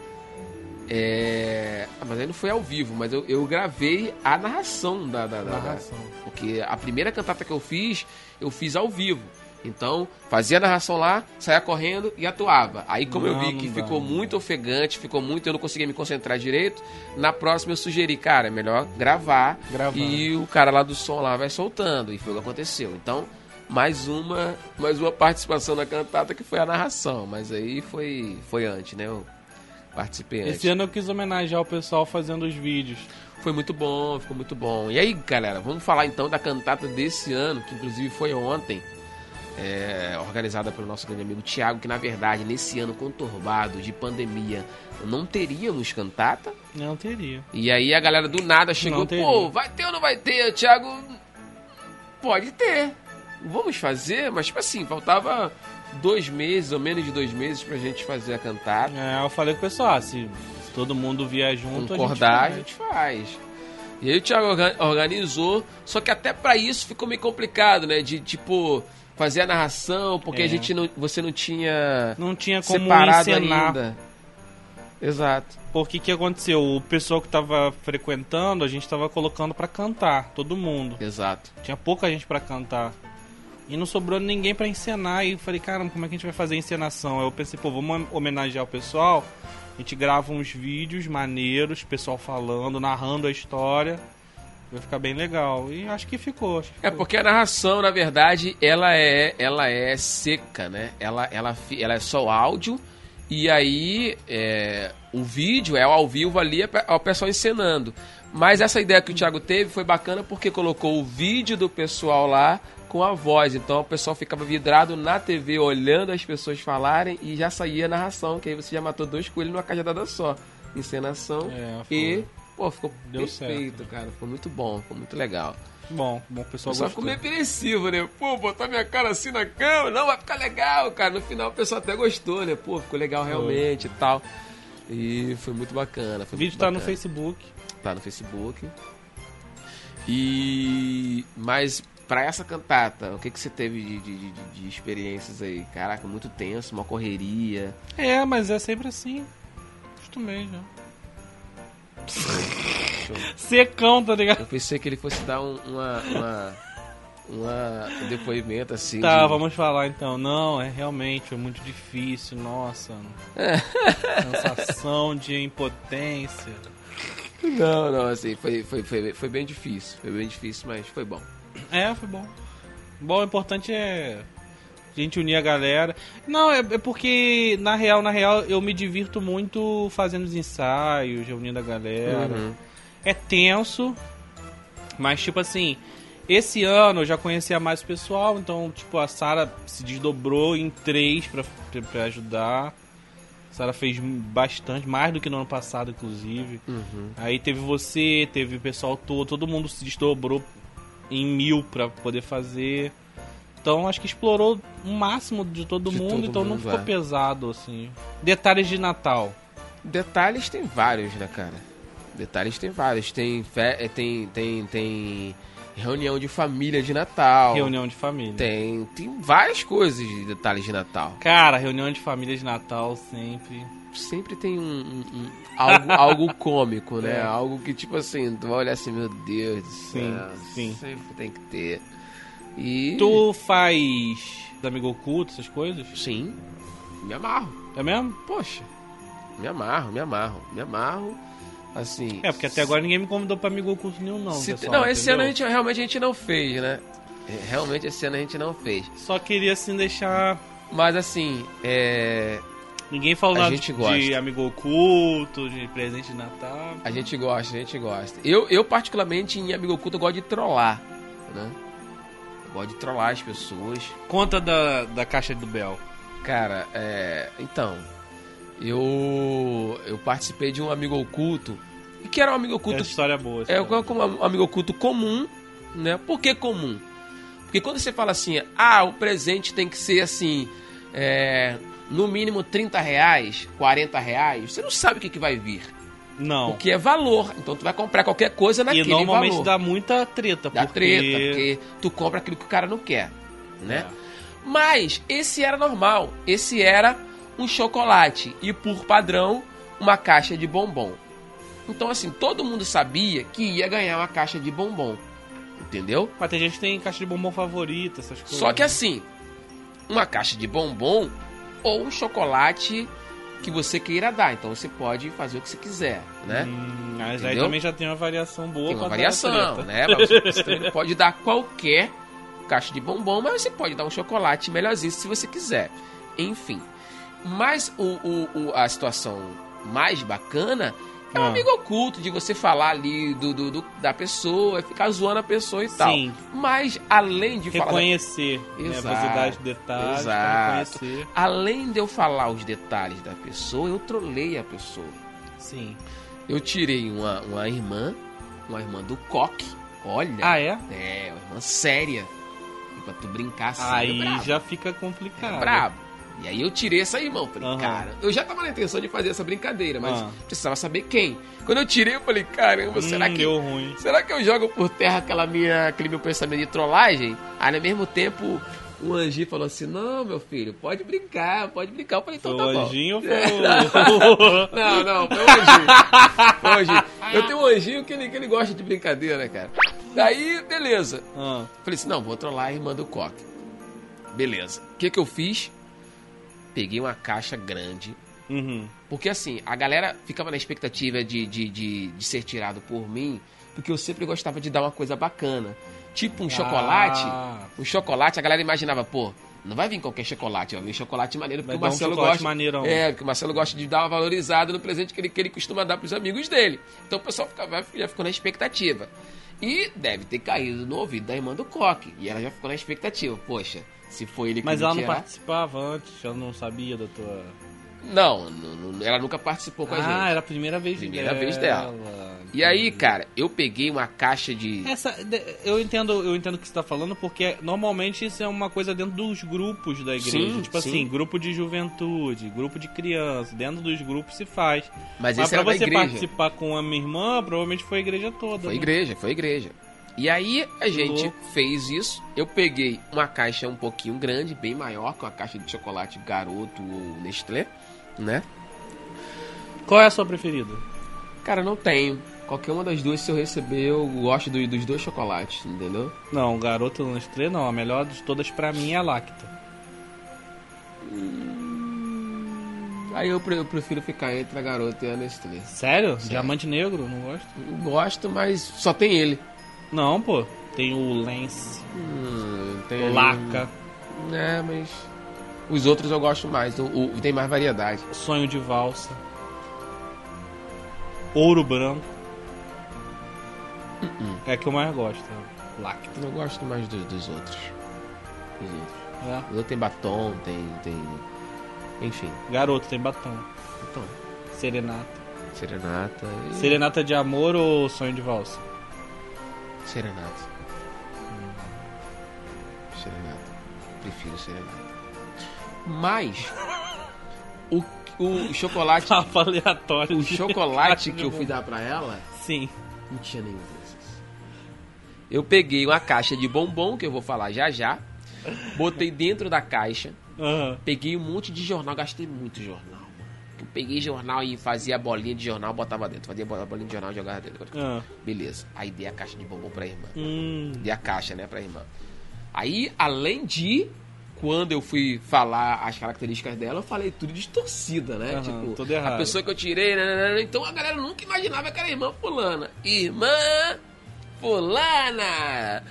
Speaker 1: é... ah, mas aí não foi ao vivo, mas eu, eu gravei a narração da, da, da- da-
Speaker 2: Narração.
Speaker 1: porque a primeira cantata que eu fiz, eu fiz ao vivo. Então, fazia a narração lá, saía correndo e atuava. Aí, como eu
Speaker 2: Não,
Speaker 1: vi que
Speaker 2: não dá,
Speaker 1: ficou
Speaker 2: não
Speaker 1: muito ofegante, ficou muito, eu não conseguia me concentrar direito, na próxima eu sugeri, cara, é melhor gravar,
Speaker 2: Gravar.
Speaker 1: e o cara lá do som lá vai soltando. E foi o que aconteceu. Então, mais uma, mais uma participação na cantata que foi a narração. Mas aí foi, foi antes, né? Eu participei antes.
Speaker 2: Esse ano eu quis homenagear o pessoal fazendo os vídeos.
Speaker 1: Foi muito bom, ficou muito bom. E aí, galera, vamos falar então da cantata desse ano, que inclusive foi ontem, é, organizada pelo nosso grande amigo Tiago, que na verdade, nesse ano conturbado de pandemia, não teríamos cantata.
Speaker 2: Não teria.
Speaker 1: E aí a galera do nada chegou,
Speaker 2: Não teria.
Speaker 1: pô, vai ter ou não vai ter? O Thiago, pode ter. Vamos fazer, mas tipo assim, faltava dois meses, ou menos de dois meses, pra gente fazer a cantata
Speaker 2: É, eu falei com o pessoal, ah, se se todo mundo vier junto,
Speaker 1: concordar, a
Speaker 2: a gente
Speaker 1: gente faz. E aí o Thiago orga- organizou, só que até pra isso ficou meio complicado, né? De tipo fazer a narração, porque
Speaker 2: É.
Speaker 1: a gente não, você não tinha
Speaker 2: vai. não tinha como
Speaker 1: separado
Speaker 2: encenar.
Speaker 1: ainda.
Speaker 2: Exato. Porque que aconteceu? O pessoal que tava frequentando, a gente tava colocando pra cantar, todo mundo.
Speaker 1: Exato.
Speaker 2: Tinha pouca gente pra cantar. E não sobrou ninguém pra encenar. E eu falei, caramba, como é que a gente vai fazer a encenação? Aí eu pensei, pô, vamos homenagear o pessoal. A gente grava uns vídeos maneiros, pessoal falando, narrando a história. Vai ficar bem legal. E acho que ficou. Acho que
Speaker 1: É porque a narração, na verdade, ela é, ela é seca, né? Ela, ela, fi- ela é só áudio e aí é, o vídeo é ao vivo ali, é pe- é o pessoal encenando. Mas essa ideia que o Thiago teve foi bacana porque colocou o vídeo do pessoal lá com a voz. Então o pessoal ficava vidrado na TV olhando as pessoas falarem e já saía a narração, que aí você já matou dois coelhos numa cajadada só. Encenação
Speaker 2: É, foi.
Speaker 1: e... Pô, ficou
Speaker 2: Deu
Speaker 1: perfeito, cara. Ficou muito bom, ficou muito legal.
Speaker 2: Bom, bom, o pessoal
Speaker 1: Só
Speaker 2: gostou.
Speaker 1: ficou meio peressivo, né? Pô, botar minha cara assim na cama, não, vai ficar legal, cara. No final o pessoal até gostou, né? Pô, ficou legal realmente e tal. E foi muito bacana.
Speaker 2: O
Speaker 1: Foi
Speaker 2: vídeo
Speaker 1: muito
Speaker 2: tá no
Speaker 1: bacana.
Speaker 2: Facebook.
Speaker 1: Tá no Facebook. E. Mas pra essa cantata, o que, que você teve de, de- de- de experiências aí? Caraca, muito tenso, uma correria.
Speaker 2: É, mas é sempre assim. Acostumei já. Secão, tá ligado?
Speaker 1: Eu pensei que ele fosse dar um, uma. uma... Uma um depoimento assim.
Speaker 2: Tá,
Speaker 1: de-
Speaker 2: vamos falar então. Não, é realmente é muito difícil, nossa. Sensação de impotência.
Speaker 1: Não, não, assim, foi, foi, foi, foi bem difícil. Foi bem difícil, mas foi bom.
Speaker 2: É, foi bom. Bom, o importante é a gente unir a galera. Não, é, é porque, na real, na real, eu me divirto muito fazendo os ensaios, reunindo a galera.
Speaker 1: Uhum.
Speaker 2: É tenso, mas tipo assim, esse ano eu já conhecia mais o pessoal, então tipo, a Sara se desdobrou em três pra, pra ajudar. A Sara fez bastante, mais do que no ano passado, inclusive.
Speaker 1: Uhum.
Speaker 2: Aí teve você, teve o pessoal todo, todo mundo se desdobrou em mil pra poder fazer. Então acho que explorou o máximo de todo
Speaker 1: De
Speaker 2: mundo,
Speaker 1: todo
Speaker 2: então não
Speaker 1: mundo,
Speaker 2: ficou
Speaker 1: é.
Speaker 2: pesado, assim. Detalhes de Natal.
Speaker 1: Detalhes tem vários, né, cara? Detalhes tem vários. Tem, fe- eh, tem, tem, tem reunião de família de Natal.
Speaker 2: Reunião de família.
Speaker 1: Tem, tem várias coisas de detalhes de Natal.
Speaker 2: Cara, reunião de família de Natal sempre.
Speaker 1: Sempre tem um, um- um- algo, algo cômico, né? Algo que, tipo assim, tu vai olhar assim, meu Deus do
Speaker 2: É. Sim,
Speaker 1: céu.
Speaker 2: sim.
Speaker 1: Sempre tem que ter. E...
Speaker 2: Tu faz amigo oculto, essas coisas?
Speaker 1: Sim, me amarro.
Speaker 2: É mesmo?
Speaker 1: Poxa, me amarro, me amarro, me amarro. Assim.
Speaker 2: É, porque até agora ninguém me convidou pra amigo oculto nenhum, não.
Speaker 1: se-
Speaker 2: pessoal,
Speaker 1: não, esse
Speaker 2: entendeu?
Speaker 1: ano a gente, realmente a gente não fez, né? É, Realmente esse ano a gente não fez.
Speaker 2: Só queria, assim, deixar...
Speaker 1: Mas assim, é,
Speaker 2: Ninguém falou
Speaker 1: A
Speaker 2: nada
Speaker 1: gente
Speaker 2: de
Speaker 1: gosta.
Speaker 2: amigo oculto, de presente de Natal.
Speaker 1: a gente gosta, a gente gosta. Eu, eu particularmente, em Amigo Oculto, eu gosto de trollar, né? Eu gosto de trollar as pessoas.
Speaker 2: Conta da, da caixa do Bel.
Speaker 1: Cara, é, então, eu eu participei de um Amigo Oculto, e que era um Amigo
Speaker 2: É
Speaker 1: Oculto
Speaker 2: história boa. essa
Speaker 1: É
Speaker 2: história.
Speaker 1: como um amigo oculto comum, né? Por que comum? Porque quando você fala assim, ah, o presente tem que ser assim, é, no mínimo 30 reais, 40 reais, você não sabe o que, que vai vir.
Speaker 2: Não.
Speaker 1: Porque é valor. Então tu vai comprar qualquer coisa
Speaker 2: E
Speaker 1: naquele
Speaker 2: normalmente
Speaker 1: valor.
Speaker 2: dá muita treta,
Speaker 1: Dá
Speaker 2: porque...
Speaker 1: treta, porque tu compra aquilo que o cara não quer, né?
Speaker 2: É.
Speaker 1: Mas esse era normal. Esse era um chocolate e, por padrão, uma caixa de bombom. Então, assim, todo mundo sabia que ia ganhar uma caixa de bombom. Entendeu?
Speaker 2: Mas tem gente que tem caixa de bombom favorita, essas coisas.
Speaker 1: Só que assim, uma caixa de bombom ou um chocolate que você queira dar. Então você pode fazer o que você quiser, né?
Speaker 2: Hum, mas aí
Speaker 1: Entendeu?
Speaker 2: também já tem uma variação boa
Speaker 1: Tem uma
Speaker 2: pra dar
Speaker 1: variação,
Speaker 2: treta.
Speaker 1: né? Mas Você, você também não pode dar qualquer caixa de bombom, mas você pode dar um chocolate melhorzinho se você quiser. Enfim. Mas o, o- o- a situação mais bacana é um
Speaker 2: Ah.
Speaker 1: amigo oculto, de você falar ali do, do- do- da pessoa, e ficar zoando a pessoa e tal.
Speaker 2: Sim,
Speaker 1: Mas além de falar.
Speaker 2: reconhecer. Né? Você
Speaker 1: Exato,
Speaker 2: dá os detalhes pra
Speaker 1: exato.
Speaker 2: reconhecer.
Speaker 1: Além de eu falar os detalhes da pessoa, eu trolei a pessoa.
Speaker 2: Sim.
Speaker 1: Eu tirei uma, uma irmã, uma irmã do coque. Olha.
Speaker 2: Ah, é?
Speaker 1: É, uma irmã séria. E pra tu brincar assim, é
Speaker 2: Aí
Speaker 1: brabo.
Speaker 2: já fica
Speaker 1: é
Speaker 2: complicado.
Speaker 1: brabo. E aí eu tirei essa irmã. Falei,
Speaker 2: Aham.
Speaker 1: cara, eu já tava na intenção de fazer essa brincadeira, mas
Speaker 2: Ah.
Speaker 1: precisava saber quem. Quando eu tirei, eu falei, caramba,
Speaker 2: Hum,
Speaker 1: será que.
Speaker 2: deu ruim.
Speaker 1: Será que eu jogo por terra aquela minha, aquele meu pensamento de trollagem? Aí, ao mesmo tempo, o anjinho falou assim: Não, meu filho, pode brincar, pode brincar. Eu falei: Então
Speaker 2: Foi
Speaker 1: tá
Speaker 2: o
Speaker 1: bom.
Speaker 2: anjinho ou foi o...
Speaker 1: Não, não, foi o anjinho. Foi o anjinho. Eu tenho um anjinho que ele, que ele gosta de brincadeira, né, cara. Daí, beleza.
Speaker 2: Ah,
Speaker 1: Falei assim, não, vou trollar a irmã do Coque. Beleza. O que que eu fiz? Peguei uma caixa grande.
Speaker 2: uhum.
Speaker 1: Porque assim, a galera ficava na expectativa de, de, de, de ser tirado por mim, porque eu sempre gostava de dar uma coisa bacana. Tipo um chocolate.
Speaker 2: Ah.
Speaker 1: Um chocolate, a galera imaginava, pô, não vai vir qualquer chocolate, vai vir chocolate maneiro, porque
Speaker 2: Vai
Speaker 1: o
Speaker 2: dar um
Speaker 1: Marcelo
Speaker 2: chocolate
Speaker 1: gosta.
Speaker 2: maneirão.
Speaker 1: É, porque o Marcelo gosta de dar uma valorizada no presente que ele, que ele costuma dar pros amigos dele. Então o pessoal ficava, já ficou na expectativa. E deve ter caído no ouvido da irmã do Coque. E ela já ficou na expectativa. Poxa, se foi ele que
Speaker 2: Mas
Speaker 1: me
Speaker 2: ela não
Speaker 1: tirar-
Speaker 2: participava antes, ela não sabia da tua...
Speaker 1: Não, não, não, ela nunca participou com a gente.
Speaker 2: ah, era a primeira vez
Speaker 1: Primeira
Speaker 2: dela.
Speaker 1: vez dela. E aí, cara, eu peguei uma caixa de.
Speaker 2: Essa, de- eu entendo, eu entendo o que você tá falando, porque normalmente isso é uma coisa dentro dos grupos da igreja.
Speaker 1: Sim,
Speaker 2: tipo
Speaker 1: sim.
Speaker 2: assim, grupo de juventude, grupo de criança, dentro dos grupos se faz.
Speaker 1: Mas
Speaker 2: Mas
Speaker 1: esse
Speaker 2: pra
Speaker 1: era da
Speaker 2: você
Speaker 1: igreja.
Speaker 2: participar com a minha irmã, provavelmente foi a igreja toda.
Speaker 1: Foi
Speaker 2: né?
Speaker 1: igreja, foi igreja. E aí a gente
Speaker 2: louco.
Speaker 1: fez isso. Eu peguei uma caixa um pouquinho grande, bem maior que é uma caixa de chocolate garoto ou Nestlé, né?
Speaker 2: Qual é a sua preferida?
Speaker 1: Cara, não tenho. Qualquer uma das duas, se eu receber, eu gosto do- dos dois chocolates, entendeu?
Speaker 2: Não, garoto não estrela, não. A melhor de todas pra mim é a Lacta.
Speaker 1: Aí eu, pre- eu prefiro ficar entre a garota e a Nestlé.
Speaker 2: Sério? Diamante negro? Não gosto?
Speaker 1: Gosto, mas só tem ele.
Speaker 2: Não, pô. Tem o Lance,
Speaker 1: Hum, tem
Speaker 2: Laca,
Speaker 1: É, mas. Os outros eu gosto mais. O, o- tem mais variedade.
Speaker 2: Sonho de Valsa, Ouro Branco.
Speaker 1: Uh-uh.
Speaker 2: É a que eu mais gosto. né? Lacta.
Speaker 1: Eu gosto mais do- dos outros. Dos outros.
Speaker 2: né?
Speaker 1: Os outros tem batom, tem. tem. Enfim.
Speaker 2: Garoto tem batom.
Speaker 1: Então,
Speaker 2: Serenata.
Speaker 1: serenata e.
Speaker 2: Serenata de amor ou sonho de valsa?
Speaker 1: Serenata. Serenata. Prefiro serenata. Mas. O, o chocolate.
Speaker 2: Papo aleatório.
Speaker 1: o chocolate que eu fui dar pra ela.
Speaker 2: Sim.
Speaker 1: Não tinha nenhum desses. Eu peguei uma caixa de bombom, que eu vou falar já já. Botei dentro da caixa.
Speaker 2: Aham.
Speaker 1: Peguei um monte de jornal, gastei muito jornal. mano. Eu peguei jornal e fazia bolinha de jornal, botava dentro. Fazia bo- bolinha de jornal e jogava dentro.
Speaker 2: Ah.
Speaker 1: Beleza. Aí dei a caixa de bombom pra irmã.
Speaker 2: Hum.
Speaker 1: Dei a caixa, né, pra irmã. Aí, além de. Quando eu fui falar as características dela, eu falei tudo distorcida, né?
Speaker 2: Aham,
Speaker 1: tipo,
Speaker 2: tudo errado.
Speaker 1: a pessoa que eu tirei, né, né, né, então a galera nunca imaginava que era irmã fulana. Irmã fulana!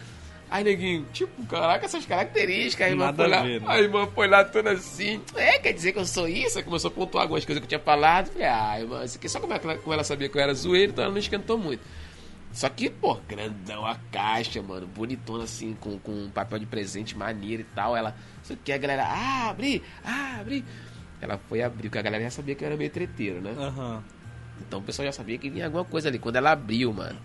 Speaker 1: Aí, neguinho, tipo, caraca, essas características, a irmã
Speaker 2: Nada
Speaker 1: foi
Speaker 2: a
Speaker 1: lá.
Speaker 2: ver, né?
Speaker 1: A irmã foi lá toda assim. É, quer dizer que eu sou isso? Aí começou a pontuar algumas coisas que eu tinha falado. Falei, ah, irmã, isso aqui só como ela, como ela sabia que eu era zoeiro, então ela não esquentou muito. Só que, pô, grandão a caixa, mano. Bonitona assim, com, com um papel de presente maneiro e tal. Ela, isso aqui a galera, ah, abri, ah, abri. Ela foi abrir, porque a galera já sabia que eu era meio treteiro, né?
Speaker 2: Aham.
Speaker 1: Então o pessoal já sabia que vinha alguma coisa ali. Quando ela abriu, mano,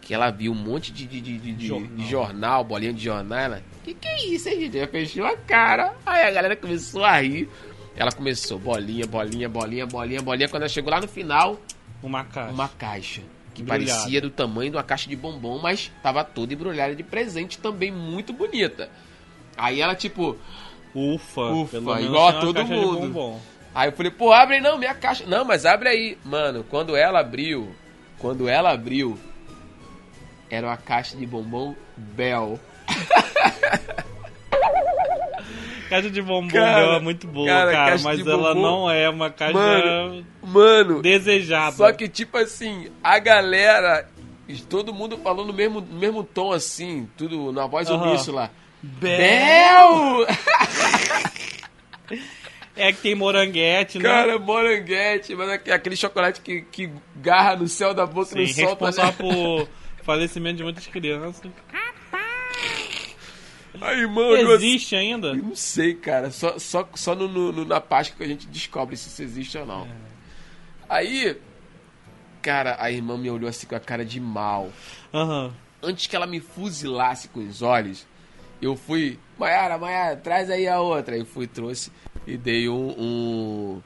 Speaker 1: que ela viu um monte de, de, de, de- de- de jornal. bolinha de jornal, ela, que que é isso, hein, gente? Ela fechou a cara. Aí a galera começou a rir. Ela começou, bolinha, bolinha, bolinha, bolinha, bolinha. Quando ela chegou lá no final,
Speaker 2: Uma caixa.
Speaker 1: uma caixa. Que
Speaker 2: Embrulhada.
Speaker 1: parecia do tamanho de uma caixa de bombom, mas tava toda embrulhada de presente também, muito bonita. Aí ela, tipo,
Speaker 2: Ufa.
Speaker 1: Ufa,
Speaker 2: pelo menos
Speaker 1: igual a
Speaker 2: tem uma
Speaker 1: todo
Speaker 2: caixa de
Speaker 1: mundo.
Speaker 2: bombom.
Speaker 1: Aí eu falei, pô, abre aí, não, minha caixa. Não, mas abre aí. Mano, quando ela abriu, quando ela abriu, era uma caixa de bombom Bell.
Speaker 2: Caixa de bombom
Speaker 1: Cara,
Speaker 2: dela é muito boa,
Speaker 1: cara,
Speaker 2: cara,
Speaker 1: caixa
Speaker 2: mas
Speaker 1: de
Speaker 2: ela
Speaker 1: bombom-
Speaker 2: não é uma caixa
Speaker 1: Mano, Mano,
Speaker 2: desejada.
Speaker 1: só que tipo assim, a galera, todo mundo falou no mesmo, no mesmo tom assim, tudo na voz
Speaker 2: Aham.
Speaker 1: uníssona.
Speaker 2: Bé-
Speaker 1: Bell!
Speaker 2: É que tem moranguete, né?
Speaker 1: Cara, moranguete, mas é aquele chocolate que, que garra no céu da boca e
Speaker 2: Sim,
Speaker 1: não solta,
Speaker 2: responsável
Speaker 1: né?
Speaker 2: por falecimento de muitas crianças.
Speaker 1: Aí, mano, assim,
Speaker 2: Existe ainda?
Speaker 1: Eu não sei, cara. Só, só, só no, no- no- na Páscoa que a gente descobre se isso existe ou não.
Speaker 2: É.
Speaker 1: Aí, cara, a irmã me olhou assim com a cara de mal.
Speaker 2: Aham.
Speaker 1: Antes que ela me fuzilasse com os olhos, eu fui. Maiara, Maiara, traz aí a outra. Aí eu fui, trouxe e dei um. um,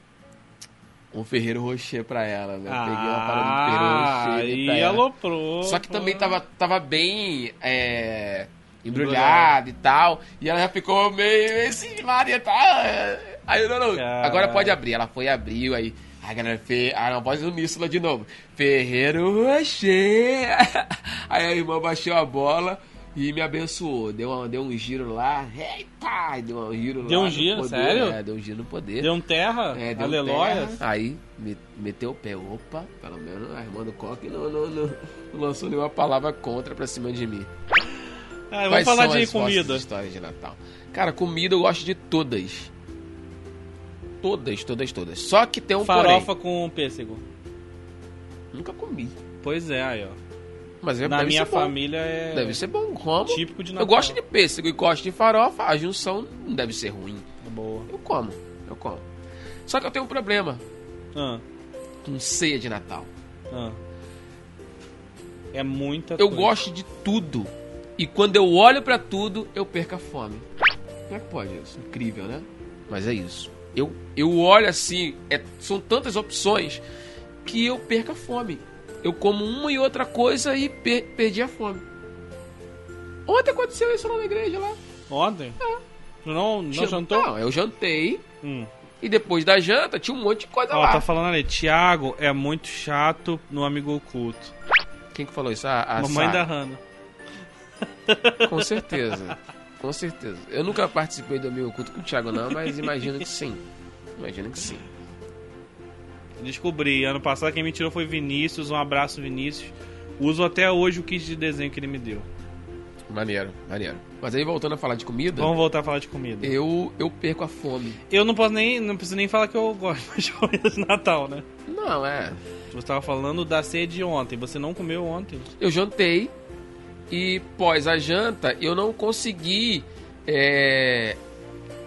Speaker 1: um Ferreiro Rocher pra ela, né? Peguei uma parada
Speaker 2: Ah,
Speaker 1: de Ferreiro Rocher. e dei pra
Speaker 2: aí
Speaker 1: ela.
Speaker 2: aloprou.
Speaker 1: Só que também
Speaker 2: pô.
Speaker 1: tava, tava bem. é, embrulhada e tal. E ela já ficou meio meio assim, Maria, tá? Aí, não, não,
Speaker 2: Caralho.
Speaker 1: agora pode abrir. Ela foi e abriu aí. A galera fez. Ah, não, voz uníssona de novo. Ferreiro Rocher. Aí a irmã baixou a bola e me abençoou. Deu, uma- deu um giro lá. Eita! Deu um giro
Speaker 2: Deu
Speaker 1: lá.
Speaker 2: um
Speaker 1: no
Speaker 2: giro,
Speaker 1: poder,
Speaker 2: sério?
Speaker 1: É, deu um giro no poder.
Speaker 2: Deu um terra,
Speaker 1: É, deu
Speaker 2: aleluia.
Speaker 1: terra. Aí me- meteu o pé, opa, pelo menos a irmã do Coque não, não, não, não lançou nenhuma palavra contra pra cima de mim.
Speaker 2: Ah, vamos
Speaker 1: Quais
Speaker 2: falar
Speaker 1: são
Speaker 2: de
Speaker 1: as vossas
Speaker 2: comida.
Speaker 1: histórias de Natal. Cara, comida eu gosto de todas. Todas, todas, todas. Só que tem um
Speaker 2: Farofa
Speaker 1: porém.
Speaker 2: com pêssego.
Speaker 1: Nunca comi.
Speaker 2: Pois é, aí, ó.
Speaker 1: Mas é-
Speaker 2: Na
Speaker 1: deve
Speaker 2: minha
Speaker 1: ser bom.
Speaker 2: família é
Speaker 1: Deve ser bom. Como?
Speaker 2: típico de Natal.
Speaker 1: Eu gosto de pêssego e gosto de farofa. A junção não deve ser ruim.
Speaker 2: Boa.
Speaker 1: Eu como, eu como. Só que eu tenho um problema
Speaker 2: Ah,
Speaker 1: com ceia de Natal.
Speaker 2: ah. É muita
Speaker 1: Eu
Speaker 2: coisa.
Speaker 1: gosto de tudo. E quando eu olho pra tudo, eu perco a fome. Como é que pode isso? Incrível, né? Mas é isso. Eu, eu olho assim, é- são tantas opções que eu perco a fome. Eu como uma e outra coisa e per- perdi a fome. Ontem aconteceu isso lá na igreja lá.
Speaker 2: Ontem? Não, não
Speaker 1: Ah. Tinha-
Speaker 2: jantou?
Speaker 1: Não, eu jantei
Speaker 2: Hum.
Speaker 1: e depois da janta tinha um monte de coisa
Speaker 2: Ó,
Speaker 1: lá.
Speaker 2: tá falando ali, Thiago é muito chato no Amigo Oculto.
Speaker 1: Quem que falou isso? A, a
Speaker 2: Mamãe
Speaker 1: Sara.
Speaker 2: da Hannah.
Speaker 1: Com certeza. Com certeza. Eu nunca participei do Amigo Oculto com o Thiago, não, mas imagino que sim. Imagino que sim.
Speaker 2: Descobri, ano passado quem me tirou foi Vinícius, um abraço Vinícius. Uso até hoje o kit de desenho que ele me deu.
Speaker 1: Maneiro, maneiro. Mas aí voltando a falar de comida,
Speaker 2: Vamos voltar a falar de comida.
Speaker 1: eu eu perco a fome.
Speaker 2: Eu não posso nem, não preciso nem falar que eu gosto de comida de Natal, né?
Speaker 1: Não, é.
Speaker 2: Você tava falando da ceia de ontem, você não comeu ontem.
Speaker 1: Eu jantei e pós a janta eu não consegui é,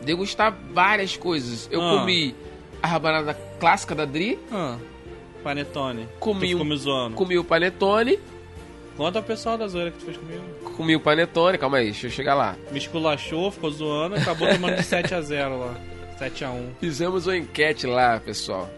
Speaker 1: degustar várias coisas. Eu
Speaker 2: Ah.
Speaker 1: comi a rabanada clássica da Dri,
Speaker 2: Ah, panetone.
Speaker 1: Comi
Speaker 2: Tu
Speaker 1: um-
Speaker 2: ficou me zoando.
Speaker 1: comi o panetone,
Speaker 2: Conta ao pessoal da zoeira que tu fez comigo.
Speaker 1: comi o panetone, calma aí, deixa eu chegar lá.
Speaker 2: Me esculachou, ficou zoando, acabou tomando de 7x0 lá. 7x1.
Speaker 1: Fizemos uma enquete lá, pessoal.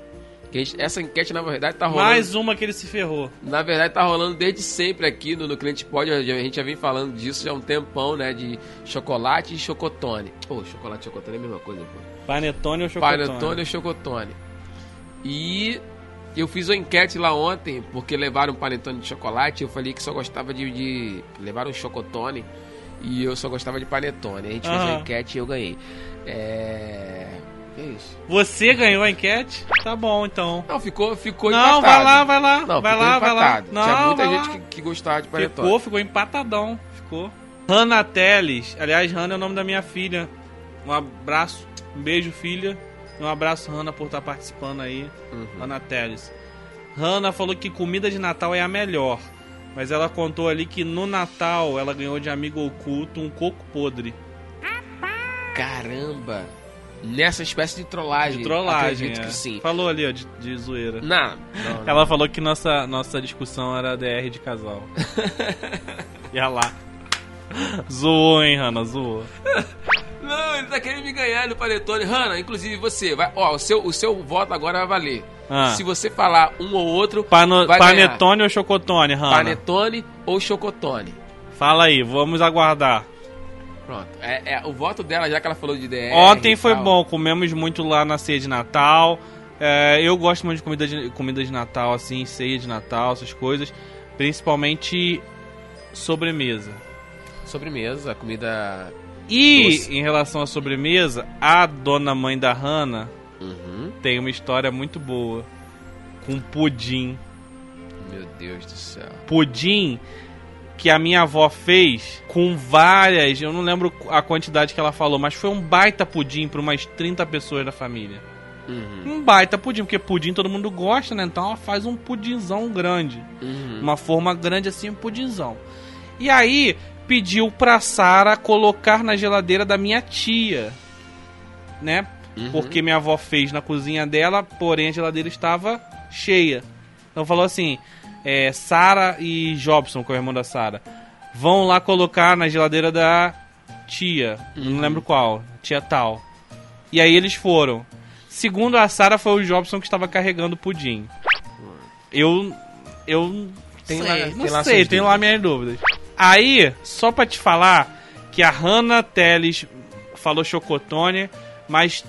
Speaker 1: Que a gente- Essa enquete, na verdade, tá rolando.
Speaker 2: Mais uma que ele se ferrou.
Speaker 1: Na verdade, tá rolando desde sempre aqui no, no Cliente Pod. A gente já vem falando disso já há um tempão, né? De chocolate e chocotone. Pô, chocolate e chocotone é a mesma coisa, pô.
Speaker 2: Panetone ou chocotone?
Speaker 1: Panetone e é chocotone. E eu fiz uma enquete lá ontem, porque levaram um panetone de chocolate. Eu falei que só gostava de. de levaram um chocotone. E eu só gostava de panetone. A gente fez
Speaker 2: Aham.
Speaker 1: uma enquete e eu ganhei. É. Que isso?
Speaker 2: Você ganhou a enquete? Tá bom, então.
Speaker 1: Não, ficou, ficou
Speaker 2: não,
Speaker 1: empatado.
Speaker 2: vai lá, vai lá.
Speaker 1: Não,
Speaker 2: vai
Speaker 1: ficou
Speaker 2: lá, vai lá.
Speaker 1: empatado.
Speaker 2: Não,
Speaker 1: Tinha muita
Speaker 2: vai
Speaker 1: gente
Speaker 2: lá.
Speaker 1: que, que gostava de panetone.
Speaker 2: Ficou, ficou empatadão. Ficou. Hanna Teles. Aliás, Hanna é o nome da minha filha. Um abraço, um beijo, filha. E Um abraço, Hanna, por estar participando aí.
Speaker 1: Uhum.
Speaker 2: Hanna Teles. Hanna falou que comida de Natal é a melhor. Mas ela contou ali que no Natal ela ganhou de amigo oculto um coco podre.
Speaker 1: Caramba! Nessa espécie de trollagem.
Speaker 2: De trollagem.
Speaker 1: Acredito
Speaker 2: é.
Speaker 1: que sim.
Speaker 2: Falou ali, ó, de, de zoeira.
Speaker 1: Não, não, não.
Speaker 2: Ela falou que nossa, nossa discussão era DR de casal. e ela lá. Zoou, hein, Hanna? Zoou.
Speaker 1: Não, ele tá querendo me ganhar no panetone. Hanna, inclusive você, vai, ó, o seu, o seu voto agora vai valer.
Speaker 2: Ah.
Speaker 1: Se você falar um ou outro,
Speaker 2: Pano-
Speaker 1: Vai ganhar.
Speaker 2: panetone ou chocotone, Hanna?
Speaker 1: panetone ou chocotone.
Speaker 2: Fala aí, vamos aguardar.
Speaker 1: Pronto. É, é, o voto dela, já que ela falou de DR.
Speaker 2: Ontem
Speaker 1: e
Speaker 2: foi
Speaker 1: tal.
Speaker 2: bom, comemos muito lá na ceia de Natal. É, eu gosto muito de comida, de comida de Natal, assim, ceia de Natal, essas coisas. Principalmente sobremesa.
Speaker 1: Sobremesa, comida.
Speaker 2: E
Speaker 1: Doce.
Speaker 2: em relação à sobremesa, a dona mãe da Hanna
Speaker 1: Uhum.
Speaker 2: tem uma história muito boa com pudim.
Speaker 1: Meu Deus do céu.
Speaker 2: Pudim que a minha avó fez com várias, eu não lembro a quantidade que ela falou, mas foi um baita pudim para umas 30 pessoas da família.
Speaker 1: Uhum.
Speaker 2: Um baita pudim, porque pudim todo mundo gosta, né? Então ela faz um pudinzão grande.
Speaker 1: Uhum.
Speaker 2: Uma forma grande assim, um pudinzão. E aí pediu pra Sara colocar na geladeira da minha tia, né?
Speaker 1: Uhum.
Speaker 2: Porque minha avó fez na cozinha dela, porém a geladeira estava cheia. Então falou assim: é, Sara e Jobson, que é o irmão da Sara, vão lá colocar na geladeira da tia,
Speaker 1: Uhum.
Speaker 2: não lembro qual, tia tal. E aí eles foram. Segundo a Sara, foi o Jobson que estava carregando o pudim. Eu. Eu.
Speaker 1: Tem
Speaker 2: sei,
Speaker 1: lá-
Speaker 2: não
Speaker 1: tem lá
Speaker 2: sei,
Speaker 1: suas
Speaker 2: tenho lá minhas dúvidas. Aí, só pra te falar que a Hannah Teles falou chocotone, mas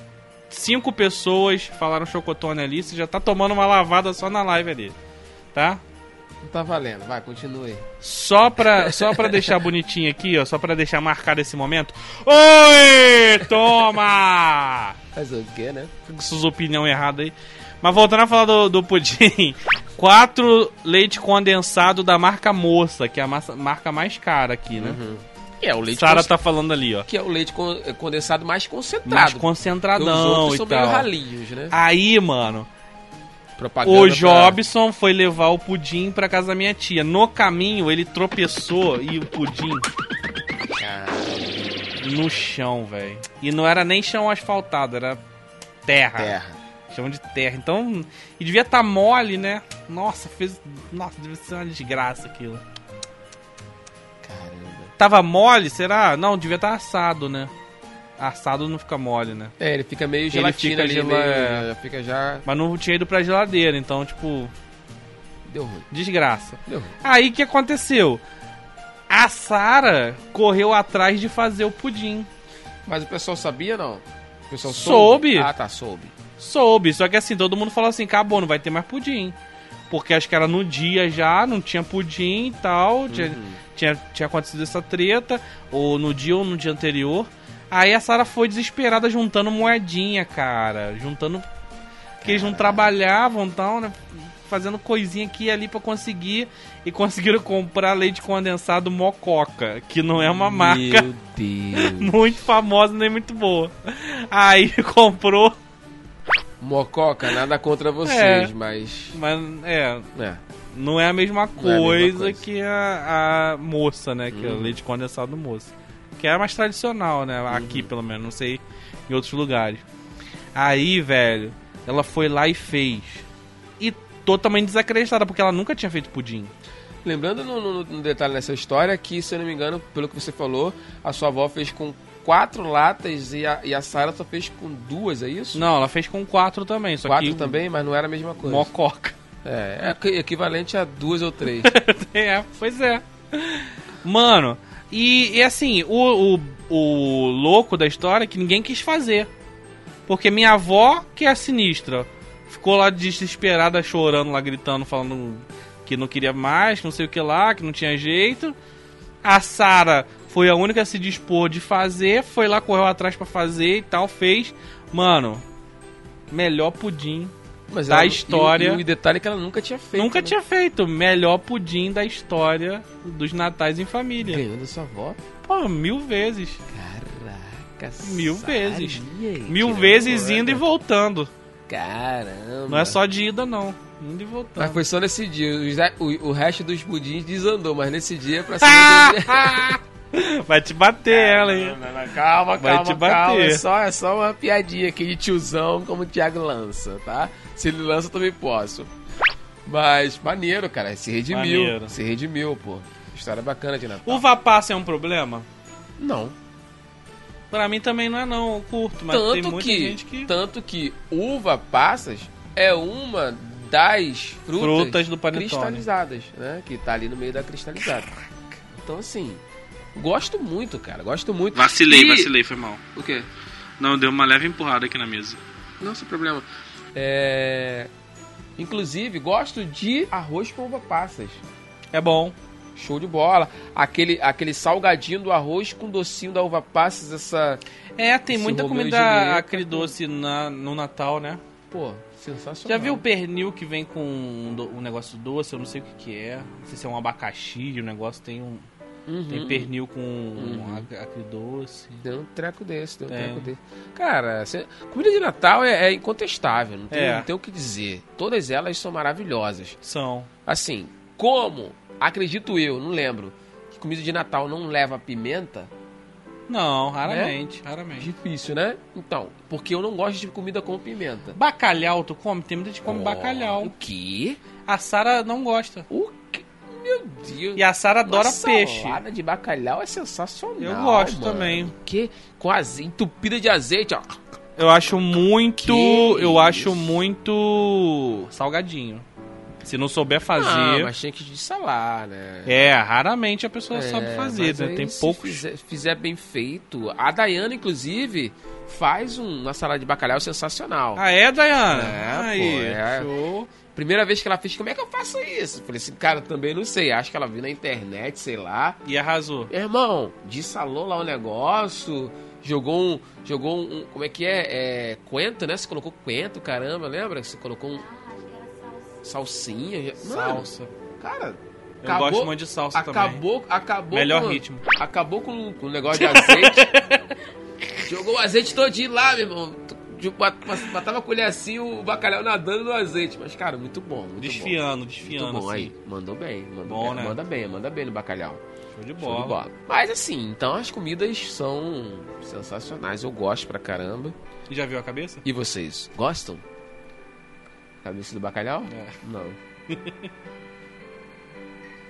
Speaker 2: cinco pessoas falaram chocotone ali, você já tá tomando uma lavada só na live ali, tá?
Speaker 6: Não tá valendo, vai, continue.
Speaker 2: Só pra, só pra deixar bonitinho aqui, ó, só pra deixar marcado esse momento. Oi, toma!
Speaker 6: Faz o quê, né?
Speaker 2: com suas opiniões erradas aí. Mas voltando a falar do, do pudim, quatro leite condensado da marca Moça, que é a massa- marca mais cara aqui, né?
Speaker 1: Que é o leite
Speaker 2: Sara
Speaker 1: cons-
Speaker 2: tá falando ali, ó.
Speaker 1: que é o leite con- condensado mais concentrado.
Speaker 2: Mais então. Ah,
Speaker 1: Porque os
Speaker 2: concentradão
Speaker 1: outros
Speaker 2: e
Speaker 1: são meio
Speaker 2: tal.
Speaker 1: ralinhos, né?
Speaker 2: Aí, mano,
Speaker 1: Propaganda
Speaker 2: o
Speaker 1: pra-
Speaker 2: Jobson foi levar o pudim pra casa da minha tia. No caminho, ele tropeçou e o pudim no chão, velho. E não era nem chão asfaltado, era
Speaker 6: Terra.
Speaker 2: Chamam de terra. Então, e devia estar mole, né? Nossa, fez. Nossa, devia ser uma desgraça aquilo.
Speaker 6: Caramba.
Speaker 2: Tava mole, será? Não, devia estar assado, né? Assado não fica mole, né?
Speaker 1: É, ele fica meio
Speaker 2: Ele
Speaker 1: gelatina
Speaker 2: fica
Speaker 1: ali,
Speaker 2: gela-
Speaker 1: meio- fica já...
Speaker 2: Mas não tinha ido pra geladeira, então, tipo,
Speaker 1: Deu ruim,
Speaker 2: desgraça.
Speaker 1: deu ruim.
Speaker 2: Aí o que aconteceu? A Sara correu atrás de fazer o pudim.
Speaker 1: Mas o pessoal sabia, não? O pessoal
Speaker 2: Soube.
Speaker 1: Ah, tá, soube.
Speaker 2: Soube, só que assim, todo mundo falou assim: acabou, não vai ter mais pudim. Porque acho que era no dia já, não tinha pudim e tal. Tinha, tinha, tinha acontecido essa treta, ou no dia ou no dia anterior. Aí a Sara foi desesperada juntando moedinha, cara. Juntando. Porque eles não trabalhavam e tal, né? Fazendo coisinha aqui e ali pra conseguir. E conseguiram comprar leite condensado Mococa, que não é uma marca
Speaker 1: Meu Deus.
Speaker 2: muito famosa nem muito boa. Aí comprou,
Speaker 1: Mococa, nada contra vocês, mas...
Speaker 2: mas é,
Speaker 1: É.
Speaker 2: Não
Speaker 1: Não é
Speaker 2: é a mesma
Speaker 1: a mesma
Speaker 2: coisa,
Speaker 1: coisa.
Speaker 2: que a, a moça, né? Que é o leite condensado moça. Que é a mais tradicional, né? Aqui, pelo menos. Não sei em outros lugares. Aí, velho, ela foi lá e fez. E totalmente desacreditada, porque ela nunca tinha feito pudim.
Speaker 1: Lembrando no, no- no detalhe nessa história que, se eu não me engano, pelo que você falou, a sua avó fez com quatro latas e a, e a Sara só fez com duas, é isso?
Speaker 2: Não, ela fez com quatro também. Só
Speaker 1: quatro
Speaker 2: que um
Speaker 1: também, mas não era a mesma coisa.
Speaker 2: Mococa.
Speaker 1: É, é equi- equivalente a duas ou três.
Speaker 2: É, pois é. Mano, e, e assim, o, o, o louco da história é que ninguém quis fazer. Porque minha avó, que é sinistra, ficou lá desesperada, chorando lá, gritando, falando que não queria mais, que não sei o que lá, que não tinha jeito. A Sara foi a única a se dispor de fazer, foi lá, correu atrás pra fazer e tal, fez. Mano, melhor pudim
Speaker 1: Mas
Speaker 2: Da
Speaker 1: ela-
Speaker 2: história.
Speaker 1: E, o- e o detalhe é que ela nunca tinha feito.
Speaker 2: Nunca
Speaker 1: né?
Speaker 2: tinha feito. Melhor pudim da história dos natais em família.
Speaker 1: Ganhou da sua avó.
Speaker 2: Pô, mil vezes.
Speaker 1: Caraca,
Speaker 2: Mil
Speaker 1: Sara,
Speaker 2: vezes.
Speaker 1: e aí,
Speaker 2: Mil
Speaker 1: tirando
Speaker 2: vezes
Speaker 1: onda.
Speaker 2: indo e voltando.
Speaker 1: Caramba.
Speaker 2: Não é só de ida, não. Indo e
Speaker 1: Mas
Speaker 2: voltando.
Speaker 1: foi só nesse dia. Os da- O, o resto dos budins desandou, mas nesse dia é
Speaker 2: Ah!
Speaker 1: pra cima do...
Speaker 2: Vai te bater ela, hein?
Speaker 1: Calma,
Speaker 2: Vai
Speaker 1: calma,
Speaker 2: te bater.
Speaker 1: calma. É só, é só uma piadinha aqui de tiozão, como o Thiago lança, tá? Se ele lança, eu também posso. Mas maneiro, cara. Se redimiu.
Speaker 2: Maneiro.
Speaker 1: Se redimiu, pô. História bacana de Natal.
Speaker 2: Uva passa é um problema?
Speaker 1: Não.
Speaker 2: Pra mim também não é, não. Eu curto, mas tem
Speaker 1: tanto
Speaker 2: muita
Speaker 1: que,
Speaker 2: gente que.
Speaker 1: Tanto que uva passas é uma das frutas,
Speaker 2: Frutas do panetone.
Speaker 1: cristalizadas, né? Que tá ali no meio da cristalizada. Então, assim, gosto muito, cara. Gosto muito.
Speaker 3: Vacilei,
Speaker 1: E-
Speaker 3: vacilei, foi mal.
Speaker 1: O quê?
Speaker 3: Não, deu uma leve empurrada aqui na mesa.
Speaker 1: Não, sem problema. É... Inclusive, gosto de arroz com uva passas.
Speaker 2: É bom.
Speaker 1: Show de bola. Aquele, aquele salgadinho do arroz com docinho da uva passas, essa...
Speaker 2: É, tem
Speaker 1: Esse é
Speaker 2: muita
Speaker 1: Romeu e
Speaker 2: comida
Speaker 1: Julieta,
Speaker 2: agridoce na, no Natal, né?
Speaker 1: Pô,
Speaker 2: Já
Speaker 1: sensacional.
Speaker 2: viu o pernil que vem com um, do- um negócio doce? Eu não sei o que, que é. Não sei se é um abacaxi, o negócio tem um.
Speaker 1: Uhum.
Speaker 2: Tem pernil com um ac- agridoce.
Speaker 1: Deu um treco desse, deu um
Speaker 2: Tem.
Speaker 1: treco desse. Cara, cê- comida de Natal é, é incontestável, não tem,
Speaker 2: É.
Speaker 1: não tem o que dizer. Todas elas são maravilhosas.
Speaker 2: São.
Speaker 1: Assim, como, acredito eu, não lembro, que comida de Natal não leva pimenta,
Speaker 2: Não,
Speaker 1: É?
Speaker 2: raramente, raramente.
Speaker 1: Difícil, né? Então, porque eu não gosto de comida com pimenta.
Speaker 2: Bacalhau, tu come? Tem muita gente que come
Speaker 1: O
Speaker 2: bacalhau.
Speaker 1: quê?
Speaker 2: A Sara não gosta.
Speaker 1: O quê? Meu Deus.
Speaker 2: E a Sara adora
Speaker 1: Uma
Speaker 2: peixe.
Speaker 1: salada de bacalhau é sensacional.
Speaker 2: Eu gosto
Speaker 1: mano.
Speaker 2: também.
Speaker 1: O quê? Com aze... entupida de azeite, ó.
Speaker 2: Eu acho muito.
Speaker 1: Que
Speaker 2: eu acho
Speaker 1: isso?
Speaker 2: muito. salgadinho. Se não souber fazer.
Speaker 1: Ah, mas tinha que desalar, né?
Speaker 2: É, raramente a pessoa
Speaker 1: É,
Speaker 2: sabe fazer,
Speaker 1: mas
Speaker 2: né?
Speaker 1: aí
Speaker 2: Tem
Speaker 1: se
Speaker 2: poucos.
Speaker 1: Fizer, fizer bem feito. A Dayana, inclusive, faz um- uma salada de bacalhau sensacional.
Speaker 2: Ah, é, Dayana?
Speaker 1: É,
Speaker 2: Aí,
Speaker 1: pô, é.
Speaker 2: show.
Speaker 1: Primeira vez que ela fez, como é que eu faço isso? Falei assim, cara, também não sei. Acho que ela viu na internet, sei lá.
Speaker 2: E arrasou.
Speaker 1: Meu irmão, dessalou lá o negócio, jogou um. Jogou um. Como é que é? é coentro, né? Você colocou coentro, caramba, lembra? Você colocou um. Salsinha. Mano,
Speaker 2: Salsa.
Speaker 1: cara.
Speaker 2: Eu gosto muito de salsa também.
Speaker 1: acabou, acabou.
Speaker 2: Melhor
Speaker 1: com,
Speaker 2: ritmo.
Speaker 1: Acabou com, com o negócio de azeite. jogou o azeite todinho lá, meu irmão. Tu- bat- Batava a colher assim, o bacalhau nadando no azeite. Mas, cara, muito bom. Muito bom.
Speaker 2: Desfiando,
Speaker 1: Muito
Speaker 2: desfiando.
Speaker 1: bom
Speaker 2: assim.
Speaker 1: aí. Mandou bem, mandou
Speaker 2: Bom,
Speaker 1: bem.
Speaker 2: né?
Speaker 1: Manda bem, manda bem no bacalhau.
Speaker 2: Show de
Speaker 1: Show de
Speaker 2: bola.
Speaker 1: bola. Mas assim, então as comidas são sensacionais. Eu gosto pra caramba.
Speaker 2: E Já viu a cabeça?
Speaker 1: E vocês, gostam? Cabeça do bacalhau?
Speaker 2: É.
Speaker 1: Não.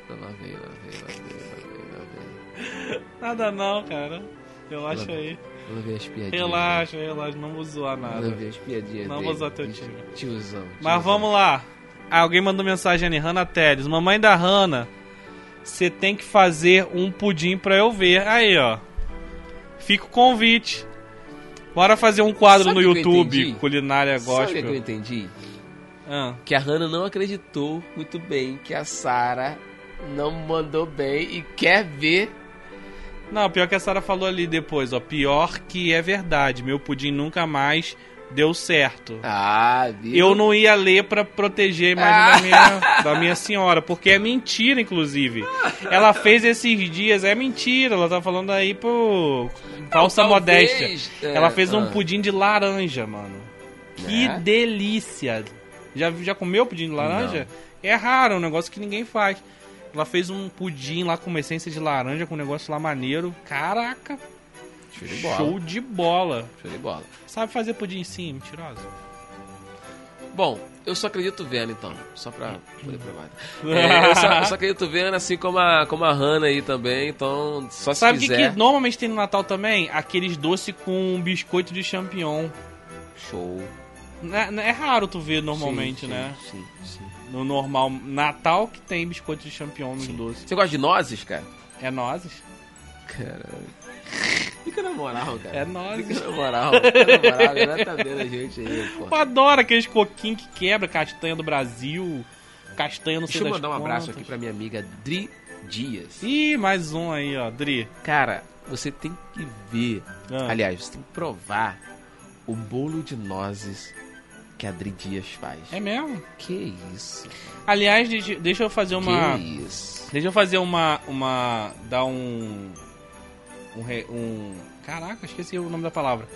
Speaker 1: Não, Lá veio, lá veio, lá veio, lá veio,
Speaker 2: Nada não, cara. Relaxa aí.
Speaker 1: lá veio. Lá veio as piadinhas.
Speaker 2: Relaxa, relaxa. Não vou zoar
Speaker 1: Lá
Speaker 2: nada.
Speaker 1: veio as piadinhas.
Speaker 2: Não
Speaker 1: dele.
Speaker 2: vou usar teu time.
Speaker 1: Tiozão.
Speaker 2: Mas vamos lá. Ah, Alguém mandou mensagem ali. Hanna Teles. Mamãe da Hanna, você tem que fazer um pudim pra eu ver. Aí, ó. Fica o convite. Bora fazer um quadro
Speaker 1: Sabe
Speaker 2: no
Speaker 1: o que eu
Speaker 2: YouTube,
Speaker 1: entendi?
Speaker 2: culinária
Speaker 1: Sabe o que eu
Speaker 2: gospel.
Speaker 1: entendi?
Speaker 2: Ah,
Speaker 1: Que a Hannah não acreditou muito bem que a Sarah não mandou bem e quer ver
Speaker 2: Não, pior que a Sara falou ali depois, ó. Pior que é verdade. Meu pudim nunca mais deu certo.
Speaker 1: Ah, viu?
Speaker 2: Eu não ia ler pra proteger a imagem da, minha, da minha senhora, porque é mentira, inclusive. Ela fez esses dias, é mentira, ela tá falando aí por falsa modéstia. Ela fez
Speaker 1: Ah.
Speaker 2: um pudim de laranja, mano. Que
Speaker 1: Né?
Speaker 2: delícia! Já, já comeu pudim de laranja? É raro, é um negócio que ninguém faz. Ela fez um pudim lá com uma essência de laranja, com um negócio lá maneiro. Caraca,
Speaker 1: Show de bola.
Speaker 2: show de bola.
Speaker 1: Show de bola.
Speaker 2: Sabe fazer pudim sim, mentirosa.
Speaker 1: Bom, eu só acredito vendo, então. Só pra poder provar. É, eu, só, eu só acredito vendo, assim como a, como a Hannah aí também. Então, só se
Speaker 2: Sabe o que, que
Speaker 1: quiser.
Speaker 2: normalmente tem no Natal também? Aqueles doces com biscoito de champignon.
Speaker 1: Show.
Speaker 2: Né- né- É, raro tu ver normalmente,
Speaker 1: Sim, sim,
Speaker 2: né?
Speaker 1: Sim, sim.
Speaker 2: No normal, Natal que tem biscoito de champignon nos doces.
Speaker 1: Você gosta de nozes, cara?
Speaker 2: É nozes?
Speaker 1: Caralho. Fica na moral, cara.
Speaker 2: É nozes.
Speaker 1: Fica na moral. Fica na moral. Ela tá vendo a gente aí,
Speaker 2: Eu
Speaker 1: pô.
Speaker 2: adoro aqueles coquinhos que quebra, castanha do Brasil, castanha não sei
Speaker 1: Deixa eu
Speaker 2: das
Speaker 1: mandar um abraço
Speaker 2: quantas.
Speaker 1: aqui pra minha amiga Dri Dias.
Speaker 2: Ih, mais um aí, ó, Dri.
Speaker 1: Cara, você tem que ver
Speaker 2: Ah.
Speaker 1: Aliás, você tem que provar o bolo de nozes que a Adri Dias faz.
Speaker 2: É mesmo?
Speaker 1: Que isso?
Speaker 2: Aliás, deixa deixa eu fazer uma...
Speaker 1: Que isso?
Speaker 2: Deixa eu fazer uma. uma dar um. Um, re- um. Caraca, esqueci o nome da palavra.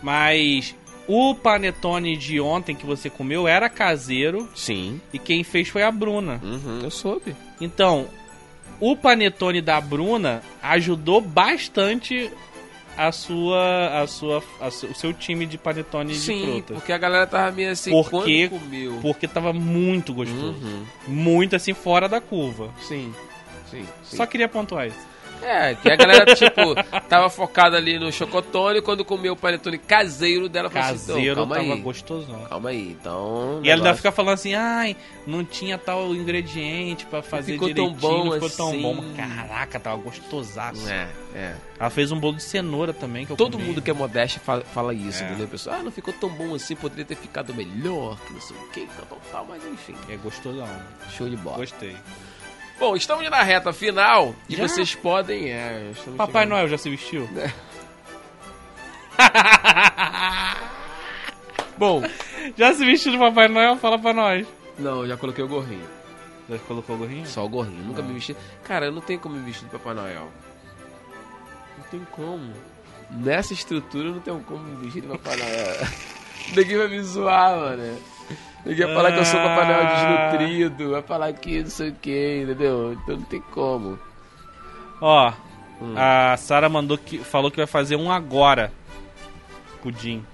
Speaker 2: Mas. O panetone de ontem que você comeu era caseiro
Speaker 1: Sim.
Speaker 2: e quem fez foi a Bruna.
Speaker 1: Uhum, eu soube.
Speaker 2: Então, o panetone da Bruna ajudou bastante a sua, a sua, a su- o seu time de panetone de
Speaker 1: Sim,
Speaker 2: fruta,
Speaker 1: porque a galera tava meio assim,
Speaker 2: Porque-
Speaker 1: quando comeu?
Speaker 2: porque tava muito gostoso,
Speaker 1: Uhum,
Speaker 2: muito assim fora da curva.
Speaker 1: Sim. Sim, sim.
Speaker 2: Só queria pontuar isso.
Speaker 1: É, que a galera, tipo, tava focada ali no chocotone, quando comeu o panetone caseiro dela, falou assim, então,
Speaker 2: Caseiro
Speaker 1: calma
Speaker 2: tava
Speaker 1: aí,
Speaker 2: gostosão.
Speaker 1: calma aí, então...
Speaker 2: E ela ainda
Speaker 1: negócio-
Speaker 2: fica falando assim, ai, não tinha tal ingrediente pra fazer
Speaker 1: ficou tão
Speaker 2: direitinho,
Speaker 1: bom
Speaker 2: não ficou tão
Speaker 1: assim."
Speaker 2: bom. Mas Caraca, tava gostosaço.
Speaker 1: É, é.
Speaker 2: Ela fez um bolo de cenoura também, que eu
Speaker 1: Todo
Speaker 2: comi.
Speaker 1: mundo que é modesto fala, fala isso,
Speaker 2: É.
Speaker 1: entendeu, pessoal? Ah, não ficou tão bom assim, poderia ter ficado melhor, que não sei o então, que, tal, tal, tal, mas enfim,
Speaker 2: É gostosão.
Speaker 1: show de bola.
Speaker 2: Gostei.
Speaker 1: Bom, estamos na reta final e
Speaker 2: Já?
Speaker 1: vocês podem. É, estamos
Speaker 2: Papai
Speaker 1: chegando-
Speaker 2: Noel já se vestiu?
Speaker 1: Bom,
Speaker 2: já se vestiu do Papai Noel? Fala pra nós.
Speaker 1: não, eu já coloquei o gorrinho.
Speaker 2: Já colocou o gorrinho?
Speaker 1: Só o gorrinho, nunca
Speaker 2: Ah.
Speaker 1: me vesti. Cara, eu não tenho como me vestir de Papai Noel. Não tem como. Nessa estrutura eu não tenho como me vestir de Papai Noel. Ninguém vai me zoar, mano. Ninguém vai falar que eu sou Papai
Speaker 2: Ah.
Speaker 1: Noel desnutrido, vai falar que não sei o que, entendeu? Então não tem como.
Speaker 2: Ó,
Speaker 1: Hum.
Speaker 2: a Sara mandou que falou que vai fazer um agora. Pudim.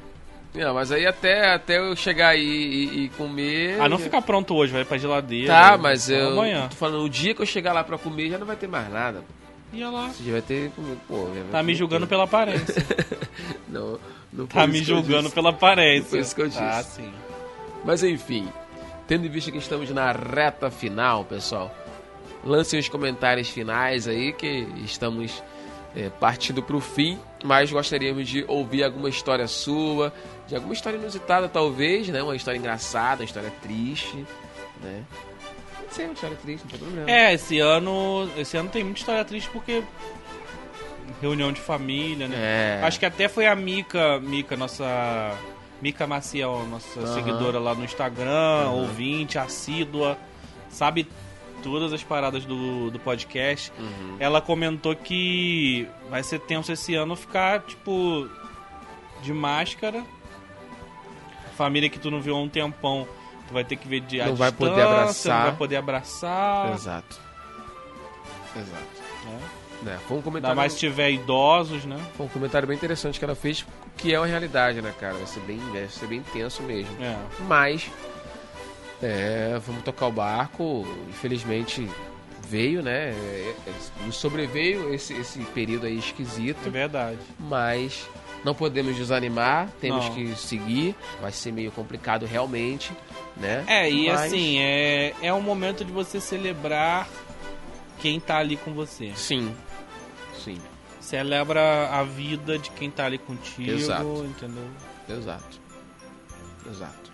Speaker 1: Não, mas aí até, até eu chegar aí e, e comer.
Speaker 2: Ah, não fica pronto hoje, vai pra geladeira.
Speaker 1: Tá, mas
Speaker 2: né? Só
Speaker 1: eu
Speaker 2: Amanhã.
Speaker 1: tô falando, o dia que eu chegar lá pra comer já não vai ter mais nada.
Speaker 2: E olha lá.
Speaker 1: Você já vai ter comido, pô. já vai
Speaker 2: Tá me
Speaker 1: ter-
Speaker 2: julgando pela aparência.
Speaker 1: Não, não foi
Speaker 2: Tá
Speaker 1: isso
Speaker 2: me
Speaker 1: que eu
Speaker 2: julgando
Speaker 1: disse.
Speaker 2: pela aparência.
Speaker 1: Foi isso que eu disse.
Speaker 2: Ah, sim.
Speaker 1: Mas enfim, Tendo em vista que estamos na reta final, pessoal, lancem os comentários finais aí que estamos é, partindo para o fim, mas gostaríamos de ouvir alguma história sua, de alguma história inusitada talvez, né? Uma história engraçada, uma história triste, né? Pode ser uma história triste, não tem problema.
Speaker 2: É, esse ano, esse ano tem muita história triste porque reunião de família, né?
Speaker 1: É.
Speaker 2: Acho que até foi a Mica, Mica, nossa Mica Maciel, nossa
Speaker 1: Aham.
Speaker 2: seguidora lá no Instagram, ouvinte, assídua, sabe todas as paradas do, do podcast.
Speaker 1: Uhum.
Speaker 2: Ela comentou que vai ser tenso esse ano ficar tipo de máscara. Família que tu não viu há um tempão, tu vai ter que ver de à
Speaker 1: Não vai poder
Speaker 2: distância,
Speaker 1: abraçar.
Speaker 2: não vai poder abraçar.
Speaker 1: Exato. Exato.
Speaker 2: né?
Speaker 1: Né, Foi um
Speaker 2: Ainda
Speaker 1: comentário
Speaker 2: mais se tiver idosos, né?
Speaker 1: Foi um comentário bem interessante que ela fez, que é uma realidade, né, cara? Vai ser bem, vai ser bem tenso mesmo.
Speaker 2: É.
Speaker 1: Mas, é, vamos tocar o barco. Infelizmente, veio, né? É, é, Nos sobreveio esse, esse período aí
Speaker 2: É
Speaker 1: esquisito,
Speaker 2: verdade.
Speaker 1: mas não podemos desanimar, temos
Speaker 2: Não.
Speaker 1: que seguir. Vai ser meio complicado realmente, né?
Speaker 2: É, e
Speaker 1: Mas-
Speaker 2: assim, é, é um momento de você celebrar quem tá ali com você.
Speaker 1: Sim, sim,
Speaker 2: Celebra a vida de quem tá ali contigo,
Speaker 1: Exato.
Speaker 2: entendeu?
Speaker 1: exato. Exato.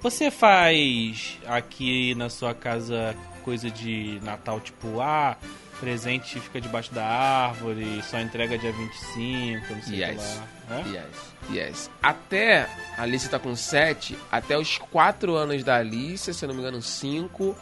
Speaker 2: Você faz aqui na sua casa coisa de Natal, tipo, ah, presente fica debaixo da árvore, só entrega dia 25, não sei o que
Speaker 1: Yes.
Speaker 2: lá. né?
Speaker 1: Yes, yes. Até a Alice tá com 7, até os 4 anos da Alice, se eu não me engano, 5,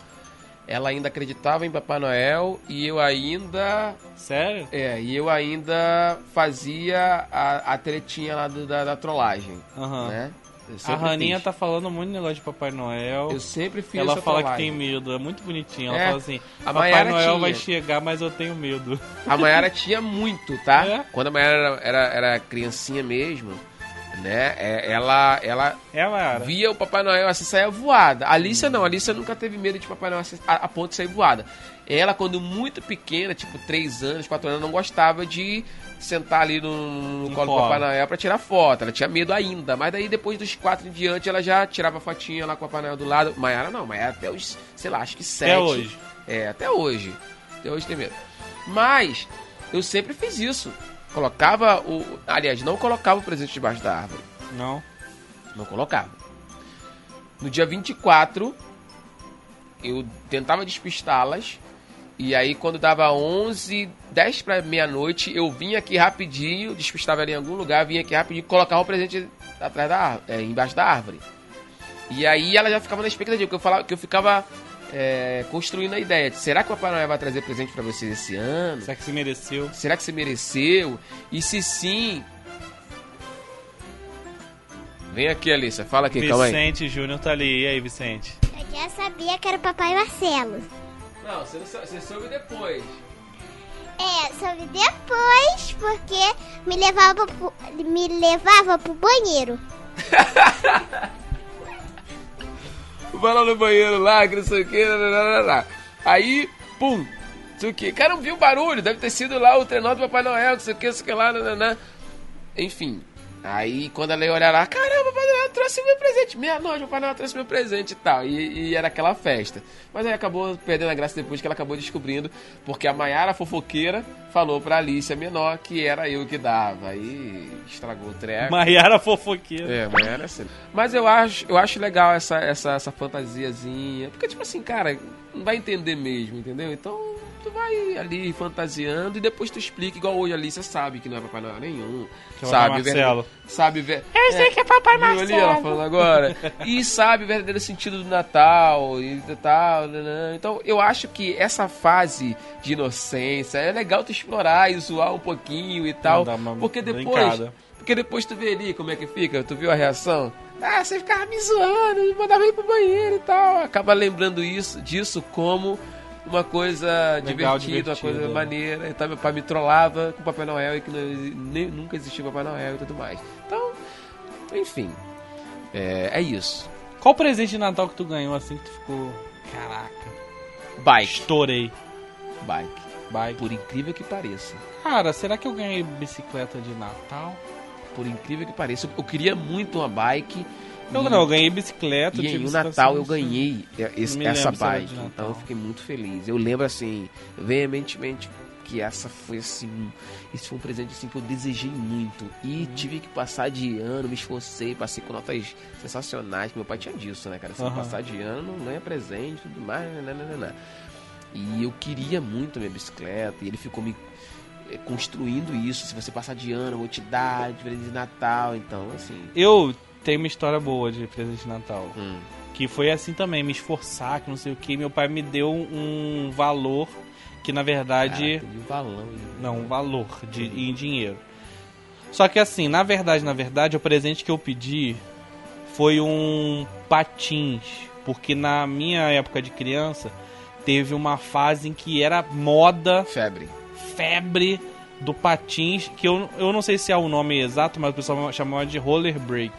Speaker 1: ela ainda acreditava em Papai Noel e eu ainda.
Speaker 2: Sério?
Speaker 1: É, e eu ainda fazia a, a tretinha lá do- da, da trollagem.
Speaker 2: Aham.
Speaker 1: Né? Eu
Speaker 2: Ah. A
Speaker 1: sempre
Speaker 2: Raninha
Speaker 1: fiz.
Speaker 2: tá falando muito negócio de Papai Noel.
Speaker 1: Eu sempre fiz
Speaker 2: Ela
Speaker 1: essa
Speaker 2: fala que tem
Speaker 1: trollagem.
Speaker 2: medo, é muito bonitinho. Ela
Speaker 1: É,
Speaker 2: fala assim:
Speaker 1: a
Speaker 2: Papai
Speaker 1: Maiara
Speaker 2: Noel
Speaker 1: tinha.
Speaker 2: vai chegar, mas eu tenho medo.
Speaker 1: A Mayara tinha muito, tá?
Speaker 2: É?
Speaker 1: Quando a Mayara era, era, era criancinha mesmo, né? é, ela, ela
Speaker 2: É, Mayara?
Speaker 1: via o Papai Noel assim saia voada. A Alicia não, a Alicia nunca teve medo de Papai Noel assim, a, a ponto de sair voada. Ela, quando muito pequena, tipo 3 anos, 4 anos, não gostava de sentar ali no,
Speaker 2: No
Speaker 1: colo do
Speaker 2: colo.
Speaker 1: Papai Noel pra tirar foto. Ela tinha medo ainda. Mas daí, depois dos 4 em diante, ela já tirava a fotinha lá com o Papai Noel do lado. Maiara não, Maiara até os, sei lá, acho que 7.
Speaker 2: Até hoje.
Speaker 1: É, até hoje. Até hoje tem medo. Mas eu sempre fiz isso. Colocava o. Aliás, não colocava o presente debaixo da árvore.
Speaker 2: Não.
Speaker 1: Não colocava. No dia 24, eu tentava despistá-las. E aí, quando dava 11, 10 para meia-noite, eu vinha aqui rapidinho, despistava ela em algum lugar, vinha aqui rapidinho, colocava o presente atrás da árvore, é, embaixo da árvore. E aí ela já ficava na expectativa, que eu, falava, que eu ficava é, construindo a ideia de será que o Papai Noel vai trazer presente para vocês esse ano?
Speaker 2: Será que se mereceu?
Speaker 1: Será que você mereceu? E se sim. Vem aqui, Alissa, fala aqui, calma aí.
Speaker 2: Vicente Júnior tá ali. E aí, Vicente?
Speaker 7: Eu já sabia que era o Papai Marcelo.
Speaker 1: Não, você, não sou- você soube depois.
Speaker 7: É, soube depois, porque me levava pro, me levava pro banheiro.
Speaker 1: Vai lá no banheiro lá, que não sei o que. Aí, pum, não sei o que. Cara, não viu o barulho, deve ter sido lá o trenó do Papai Noel, não sei o que, não sei o que lá, nananã. Enfim. Aí, quando ela ia olhar lá, caramba, Papai Noel trouxe meu presente. Meia-noite, Papai Noel trouxe meu presente e tal. E, e era aquela festa. Mas aí acabou perdendo a graça depois que ela acabou descobrindo, porque a Maiara fofoqueira falou pra Alice, a menor, que era eu que dava. Aí estragou o treco.
Speaker 2: Maiara fofoqueira.
Speaker 1: É, mas era assim. Mas eu acho, eu acho legal essa, essa, essa fantasiazinha. Porque, tipo assim, cara, não vai entender mesmo, entendeu? Então, tu vai ali fantasiando e depois tu explica, igual hoje ali, você sabe que não é Papai Noel nenhum.
Speaker 2: Que é o
Speaker 1: sabe,
Speaker 2: Papai
Speaker 1: ver-
Speaker 2: Marcelo.
Speaker 1: Sabe, ver. Eu sei que é Papai Marcelo. Ali, ela falando agora. e sabe o verdadeiro sentido do Natal e do tal. nanã. Então, eu acho que essa fase de inocência é legal tu explorar e zoar um pouquinho e tal.
Speaker 2: Dá uma
Speaker 1: Porque depois.
Speaker 2: brincada.
Speaker 1: Porque depois tu vê ali como é que fica, tu viu a reação? Ah, você ficava me zoando, mandava ir pro banheiro e tal. Acaba lembrando isso, disso como uma coisa
Speaker 2: Legal,
Speaker 1: divertida, uma coisa
Speaker 2: divertida.
Speaker 1: maneira. Então meu pai me trollava com Papai Noel e que não exi- nem- nunca existiu Papai Noel e tudo mais. Então, enfim. É, é isso.
Speaker 2: Qual presente de Natal que tu ganhou assim que tu ficou. Caraca.
Speaker 1: Bike.
Speaker 2: Estourei.
Speaker 1: Bike.
Speaker 2: Bike.
Speaker 1: Por incrível que pareça.
Speaker 2: Cara, será que eu ganhei bicicleta de Natal?
Speaker 1: por incrível que pareça. Eu queria muito uma bike.
Speaker 2: Eu
Speaker 1: e-
Speaker 2: não, eu ganhei bicicleta.
Speaker 1: E
Speaker 2: eu
Speaker 1: em
Speaker 2: tive
Speaker 1: um
Speaker 2: situação
Speaker 1: Natal eu
Speaker 2: assim.
Speaker 1: ganhei esse-
Speaker 2: Não me
Speaker 1: essa
Speaker 2: lembro se era de
Speaker 1: bike.
Speaker 2: Natal.
Speaker 1: Então eu fiquei muito feliz. Eu lembro assim, veementemente, que essa foi assim. um- Esse foi um presente assim que eu desejei muito. E
Speaker 2: Uhum.
Speaker 1: tive que passar de ano, me esforcei, passei com notas sensacionais. que Meu pai tinha disso, né, cara? Se não
Speaker 2: Aham.
Speaker 1: passar de ano, não ganha presente e tudo mais. né, nananana. E eu queria muito a minha bicicleta. E ele ficou me eh, construindo isso. Se você passar de ano, eu vou te dar de presente de Natal. Então, assim.
Speaker 2: Eu tenho uma história boa de presente de Natal.
Speaker 1: Hum.
Speaker 2: Que foi assim também, me esforçar, que não sei o que. Meu pai me deu um valor que, na verdade...
Speaker 1: Caraca, Hum. de valão. hein?
Speaker 2: Não, um valor de, em dinheiro. Só que assim, na verdade, na verdade, o presente que eu pedi foi um patins. Porque na minha época de criança, teve uma fase em que era moda,
Speaker 1: Febre.
Speaker 2: febre do patins, que eu, eu não sei se é o nome exato, mas o pessoal chamava de roller break.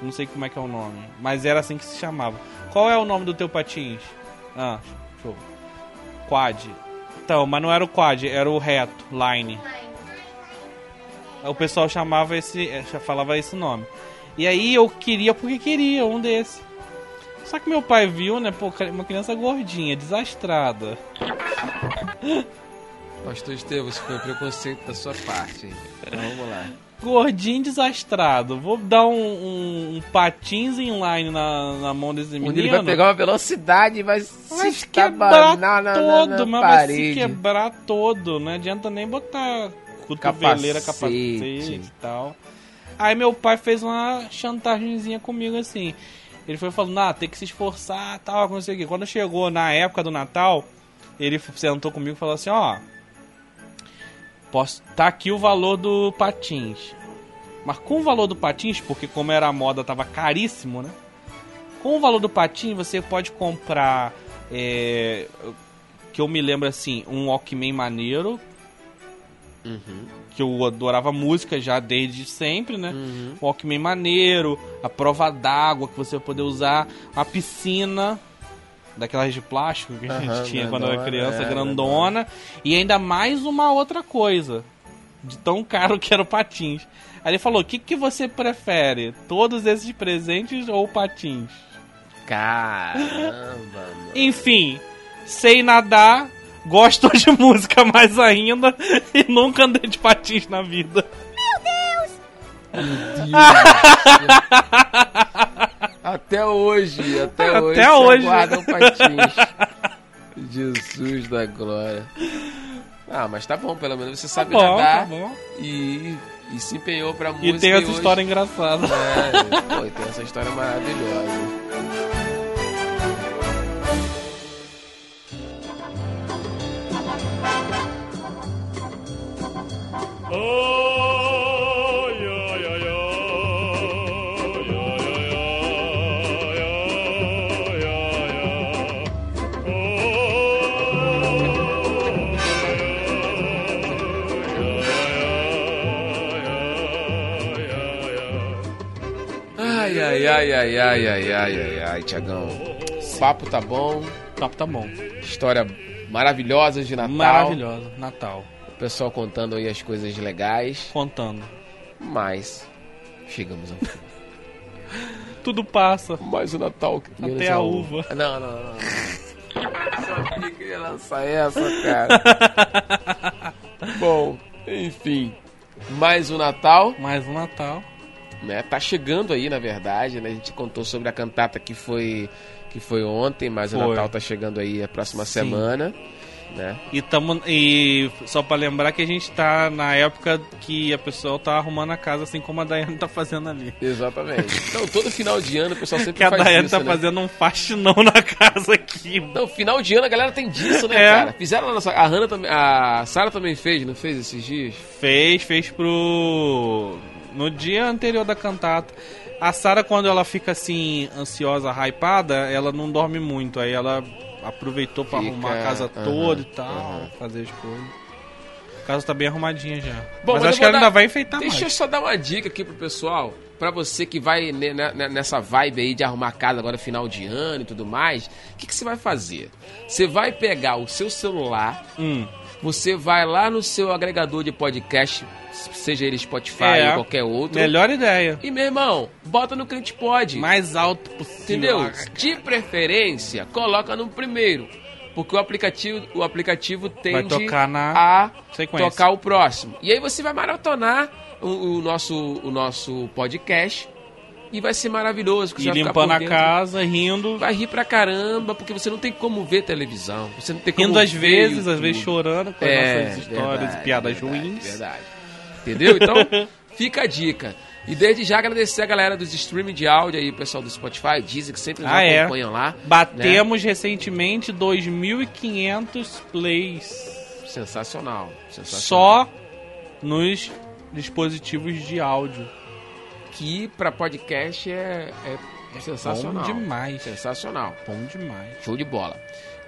Speaker 2: Não sei como é que é o nome, mas era assim que se chamava. Qual é o nome do teu patins? Ah, show. Quad. Então, mas não era o quad, era o reto, line. O pessoal chamava esse, eh, já falava esse nome. E aí eu queria porque queria um desse. Só que meu pai viu, né, pô, uma criança gordinha, desastrada.
Speaker 1: Pastor Estevam, isso foi um preconceito da sua parte. Então vamos lá.
Speaker 2: Gordinho desastrado. Vou dar um, um, um patins inline na, na mão desse menino.
Speaker 1: Onde ele vai pegar uma velocidade e vai
Speaker 2: vai
Speaker 1: se
Speaker 2: se quebrar
Speaker 1: estabanar na, na, na
Speaker 2: todo, mas vai se
Speaker 1: parede.
Speaker 2: quebrar todo. Não adianta nem botar
Speaker 1: Capacete.
Speaker 2: cotoveleira, capacete e tal. Aí meu pai fez uma chantagemzinha comigo assim. Ele foi falando, ah, tem que se esforçar, tal, conseguir. Quando chegou na época do Natal, ele f- sentou comigo e falou assim, ó, posso, tá aqui o valor do patins. Mas com o valor do patins, porque como era a moda, tava caríssimo, né? Com o valor do patins, você pode comprar, é, que eu me lembro assim, um Walkman maneiro,
Speaker 1: Uhum,
Speaker 2: que eu adorava música já desde sempre, né?
Speaker 1: uhum.
Speaker 2: Walkman maneiro, a prova d'água que você vai poder usar, a piscina daquelas de plástico que a gente
Speaker 1: Aham,
Speaker 2: tinha quando era
Speaker 1: grandona,
Speaker 2: criança,
Speaker 1: é,
Speaker 2: grandona, e ainda mais uma outra coisa, de tão caro que era o patins. Aí ele falou: "O que que você prefere? Todos esses presentes ou patins?"
Speaker 1: Caramba, mano.
Speaker 2: Enfim, sei nadar, gosto de música mais ainda e nunca andei de patins na vida.
Speaker 1: Até hoje, até,
Speaker 2: Até
Speaker 1: hoje. você
Speaker 2: hoje.
Speaker 1: Guarda um patins. Jesus da glória. Ah, mas tá bom, pelo menos você sabe nadar
Speaker 2: bom.
Speaker 1: E, e se empenhou pra música.
Speaker 2: E tem essa
Speaker 1: hoje-
Speaker 2: história engraçada.
Speaker 1: É, pô, e tem essa história maravilhosa. Ai, ai, ai, ai, ai, ai, ai, ai, ai, Tiagão. Papo tá bom,
Speaker 2: Tá, tá bom.
Speaker 1: história maravilhosa de Natal.
Speaker 2: Maravilhosa. Natal.
Speaker 1: O pessoal contando aí as coisas legais,
Speaker 2: Contando.
Speaker 1: mas chegamos ao fim.
Speaker 2: Tudo passa.
Speaker 1: Mais o Natal que tem
Speaker 2: Até a uva.
Speaker 1: um. Ah, Não, não, não. não. Sabia que ia lançar essa, cara. Bom, enfim. Mais um Natal,
Speaker 2: Mais um Natal.
Speaker 1: né? Tá chegando aí, na verdade, né? A gente contou sobre a cantata que foi que foi ontem, mas o
Speaker 2: Foi.
Speaker 1: Natal tá chegando aí a próxima
Speaker 2: Sim.
Speaker 1: semana, né?
Speaker 2: E, tamo, e só pra lembrar que a gente tá na época que a pessoa tá arrumando a casa, assim como a Dayane tá fazendo ali.
Speaker 1: Exatamente. Então, todo final de ano o pessoal sempre
Speaker 2: Que a
Speaker 1: faz
Speaker 2: Dayane
Speaker 1: isso, né?
Speaker 2: tá fazendo um faxinão na casa aqui.
Speaker 1: Não, final de ano a galera tem disso, né,
Speaker 2: É.
Speaker 1: cara? Fizeram na nossa. A Hannah também. A Sarah também fez, não fez esses dias?
Speaker 2: Fez, fez pro. No dia anterior da cantata. A Sara, quando ela fica assim, ansiosa, hypada, ela não dorme muito. Aí ela aproveitou pra
Speaker 1: Fica,
Speaker 2: arrumar a casa
Speaker 1: aham,
Speaker 2: toda e tal,
Speaker 1: aham.
Speaker 2: fazer as coisas. A casa tá bem arrumadinha já.
Speaker 1: Bom, mas
Speaker 2: mas,
Speaker 1: eu
Speaker 2: acho
Speaker 1: vou
Speaker 2: que ela
Speaker 1: dar-
Speaker 2: ainda vai enfeitar
Speaker 1: Deixa eu
Speaker 2: mais.
Speaker 1: só dar uma dica aqui pro pessoal. Pra você que vai ne- ne- ne- nessa vibe aí de arrumar casa agora final de ano e tudo mais, o que, que você vai fazer? Você vai pegar o seu celular,
Speaker 2: Hum,
Speaker 1: Você vai lá no seu agregador de podcast, seja ele Spotify
Speaker 2: É.
Speaker 1: ou qualquer outro.
Speaker 2: Melhor ideia.
Speaker 1: E, meu irmão, bota no crente pode.
Speaker 2: Mais alto possível.
Speaker 1: Entendeu? De preferência, coloca no primeiro. Porque o aplicativo, o aplicativo
Speaker 2: Vai
Speaker 1: tende
Speaker 2: tocar na
Speaker 1: a
Speaker 2: sequência.
Speaker 1: tocar o próximo. E aí você vai maratonar o, o nosso, o nosso podcast e vai ser maravilhoso. porque
Speaker 2: E
Speaker 1: você vai ficar
Speaker 2: limpando
Speaker 1: por
Speaker 2: a
Speaker 1: dentro.
Speaker 2: casa, rindo.
Speaker 1: Vai rir pra caramba, porque você não tem como ver televisão. Você não tem como
Speaker 2: Rindo às
Speaker 1: ver
Speaker 2: vezes, às
Speaker 1: YouTube.
Speaker 2: vezes chorando com as nossas histórias
Speaker 1: É, verdade,
Speaker 2: e piadas
Speaker 1: verdade,
Speaker 2: ruins.
Speaker 1: Verdade. Entendeu? Então, fica a dica. E desde já agradecer a galera dos streaming de áudio aí, o pessoal do Spotify, dizem que sempre nos
Speaker 2: Ah, é.
Speaker 1: acompanham lá.
Speaker 2: Batemos recentemente 2.500 plays
Speaker 1: Sensacional. sensacional.
Speaker 2: só nos dispositivos de áudio.
Speaker 1: que pra podcast é, é sensacional.
Speaker 2: Bom demais.
Speaker 1: Sensacional.
Speaker 2: Bom demais.
Speaker 1: Show de bola.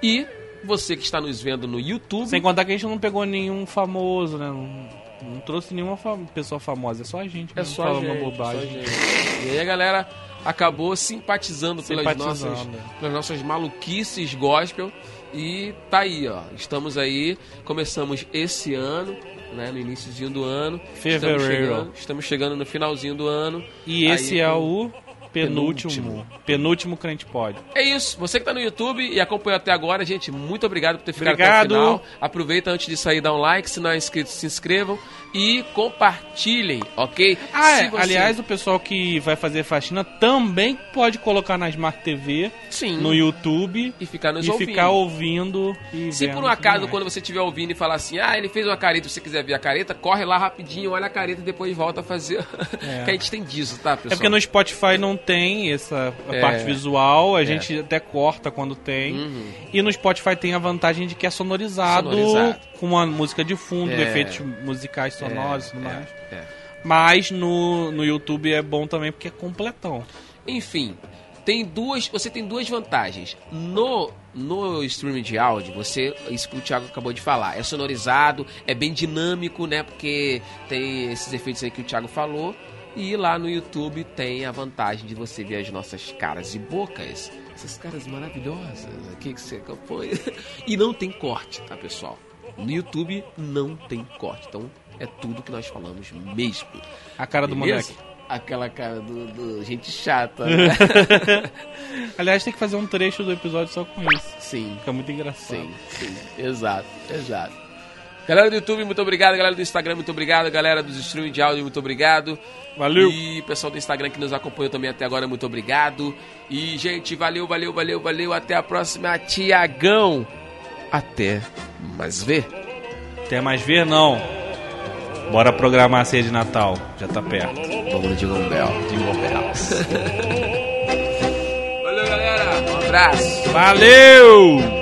Speaker 1: E você que está nos vendo no YouTube,
Speaker 2: Sem contar que a gente não pegou nenhum famoso, né? Não, não trouxe nenhuma fam- pessoa famosa, é só a gente.
Speaker 1: é
Speaker 2: mesmo
Speaker 1: só a
Speaker 2: falando
Speaker 1: gente,
Speaker 2: bobagem.
Speaker 1: só a gente. E aí a galera acabou simpatizando, pelas
Speaker 2: Simpatizando.
Speaker 1: nossas pelas nossas maluquices gospel. E tá aí, ó. Estamos aí, começamos esse ano, né? No iníciozinho do ano. Estamos
Speaker 2: Fevereiro.
Speaker 1: chegando, estamos chegando no finalzinho do ano.
Speaker 2: E
Speaker 1: Aí
Speaker 2: esse é
Speaker 1: tem-
Speaker 2: o penúltimo. Penúltimo crente pode.
Speaker 1: É isso. Você que tá no YouTube e acompanhou até agora, gente, muito obrigado por ter ficado
Speaker 2: Obrigado.
Speaker 1: até o final. Aproveita antes de sair, dá um like, se não é inscrito, se inscrevam e compartilhem, ok?
Speaker 2: Ah,
Speaker 1: Se
Speaker 2: é,
Speaker 1: você-
Speaker 2: aliás, o pessoal que vai fazer faxina também pode colocar na Smart TV,
Speaker 1: sim.
Speaker 2: no YouTube
Speaker 1: E ficar nos
Speaker 2: e
Speaker 1: ouvindo.
Speaker 2: ficar ouvindo. E
Speaker 1: Se
Speaker 2: vendo
Speaker 1: por um acaso,
Speaker 2: também.
Speaker 1: quando você estiver ouvindo e falar assim, ah, ele fez uma careta, se você quiser ver a careta, corre lá rapidinho, olha a careta e depois volta a fazer.
Speaker 2: É.
Speaker 1: que a gente tem disso, tá, pessoal?
Speaker 2: É porque no Spotify não tem essa a
Speaker 1: É. Uhum.
Speaker 2: parte visual, a gente até corta quando tem. E no Spotify tem a vantagem de que é sonorizado,
Speaker 1: Sonorizado.
Speaker 2: com uma música de fundo,
Speaker 1: É.
Speaker 2: efeitos musicais sonoros e tudo mais.
Speaker 1: É, é.
Speaker 2: Mas no, no YouTube é bom também porque é completão.
Speaker 1: Enfim, tem duas, você tem duas vantagens. No no streaming de áudio, você, isso que o Thiago acabou de falar, é sonorizado, é bem dinâmico, né? Porque tem esses efeitos aí que o Thiago falou. E lá no YouTube tem a vantagem de você ver as nossas caras e bocas. Essas caras maravilhosas aqui que você compõe. E não tem corte, tá, pessoal? No YouTube não tem corte. Então é tudo que nós falamos mesmo.
Speaker 2: A cara do
Speaker 1: Beleza?
Speaker 2: moleque.
Speaker 1: Aquela cara do, do gente chata, né?
Speaker 2: Aliás, tem que fazer um trecho do episódio só com isso.
Speaker 1: sim,
Speaker 2: Fica muito engraçado.
Speaker 1: sim, sim. Exato, exato. Galera do YouTube, muito obrigado. Galera do Instagram, muito obrigado. Galera dos streaming de áudio, muito obrigado.
Speaker 2: Valeu.
Speaker 1: E pessoal do Instagram que nos acompanhou também até agora, muito obrigado. E, gente, valeu, valeu, valeu, valeu. Até a próxima, Tiagão. Até mais ver.
Speaker 2: Até mais ver, não. Bora programar a ceia de Natal. Já tá perto.
Speaker 1: Vamos de Gombel. De Gombel. valeu, galera. Um abraço.
Speaker 2: Valeu!